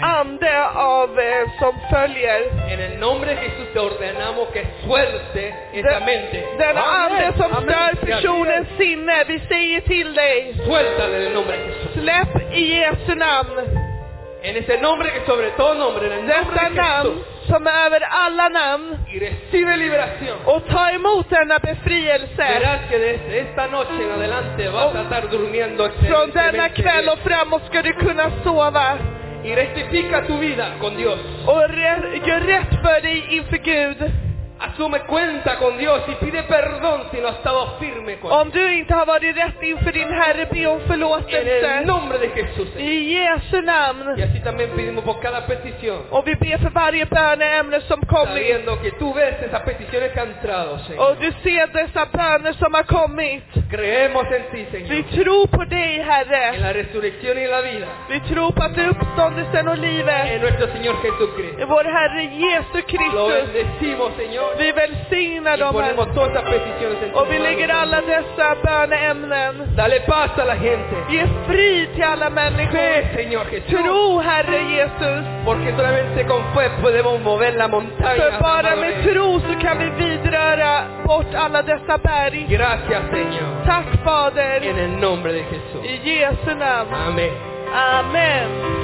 S2: ande av eh, som följer
S3: En el nombre de Jesús te ordenamos que suelte esa
S2: den,
S3: mente.
S2: denna ande som
S3: Amen.
S2: stör
S3: Ja,
S2: personens sinne. Vi säger till dig,
S3: Suéltala en el nombre de Jesús.
S2: släpp i Jesu namn.
S3: En ese nombre que sobre todo nombre, en el nombre
S2: Detta
S3: de
S2: namn
S3: Jesús.
S2: som är över alla namn
S3: Y recibe liberación.
S2: och ta emot denna befrielse.
S3: Verás que desde esta noche en adelante vas a estar durmiendo
S2: Från denna
S3: excelentemente
S2: kväll
S3: bien.
S2: och framåt ska du kunna sova
S3: Y rectifica tu vida con Dios.
S2: och re- gör rätt för dig inför Gud.
S3: Asume cuenta con Dios y pide perdón si no has estado firme con
S2: Om du inte har varit rätt inför din Herre, be om
S3: En el
S2: förlåtelse.
S3: nombre de Jesús.
S2: I Jesu
S3: Y
S2: namn.
S3: así también pedimos por cada petición.
S2: Och vi ber för varje böneämne som kommer in.
S3: Sabiendo que tú ves esas peticiones que han entrado, Señor.
S2: Och du ser dessa böner som har kommit.
S3: Creemos en ti,
S2: Vi
S3: Señor.
S2: tror på dig,
S3: En
S2: Herre.
S3: la resurrección y en la vida.
S2: Vi tror på att du är uppståndelsen och
S3: En
S2: livet.
S3: nuestro Señor Jesucristo.
S2: Vår Herre Jesu
S3: Lo
S2: Kristus.
S3: bendecimos, Señor.
S2: Vi välsignar
S3: Y
S2: dem,
S3: ponemos
S2: Herre.
S3: todas esas peticiones en tu
S2: Och vi
S3: mano,
S2: lägger
S3: Señor.
S2: alla dessa böneämnen.
S3: Dale paz a la gente.
S2: Ge frid till alla människor.
S3: Fe, Señor Jesús.
S2: Tro, Herre Jesus.
S3: Porque solamente con fe podemos mover la montaña.
S2: För bara
S3: amado
S2: med
S3: Rey.
S2: tro så kan vi vidröra bort alla dessa berg.
S3: Gracias, Señor.
S2: Tack Fader,
S3: En el nombre de Jesús.
S2: i Jesu namn.
S3: Amén.
S2: Amen.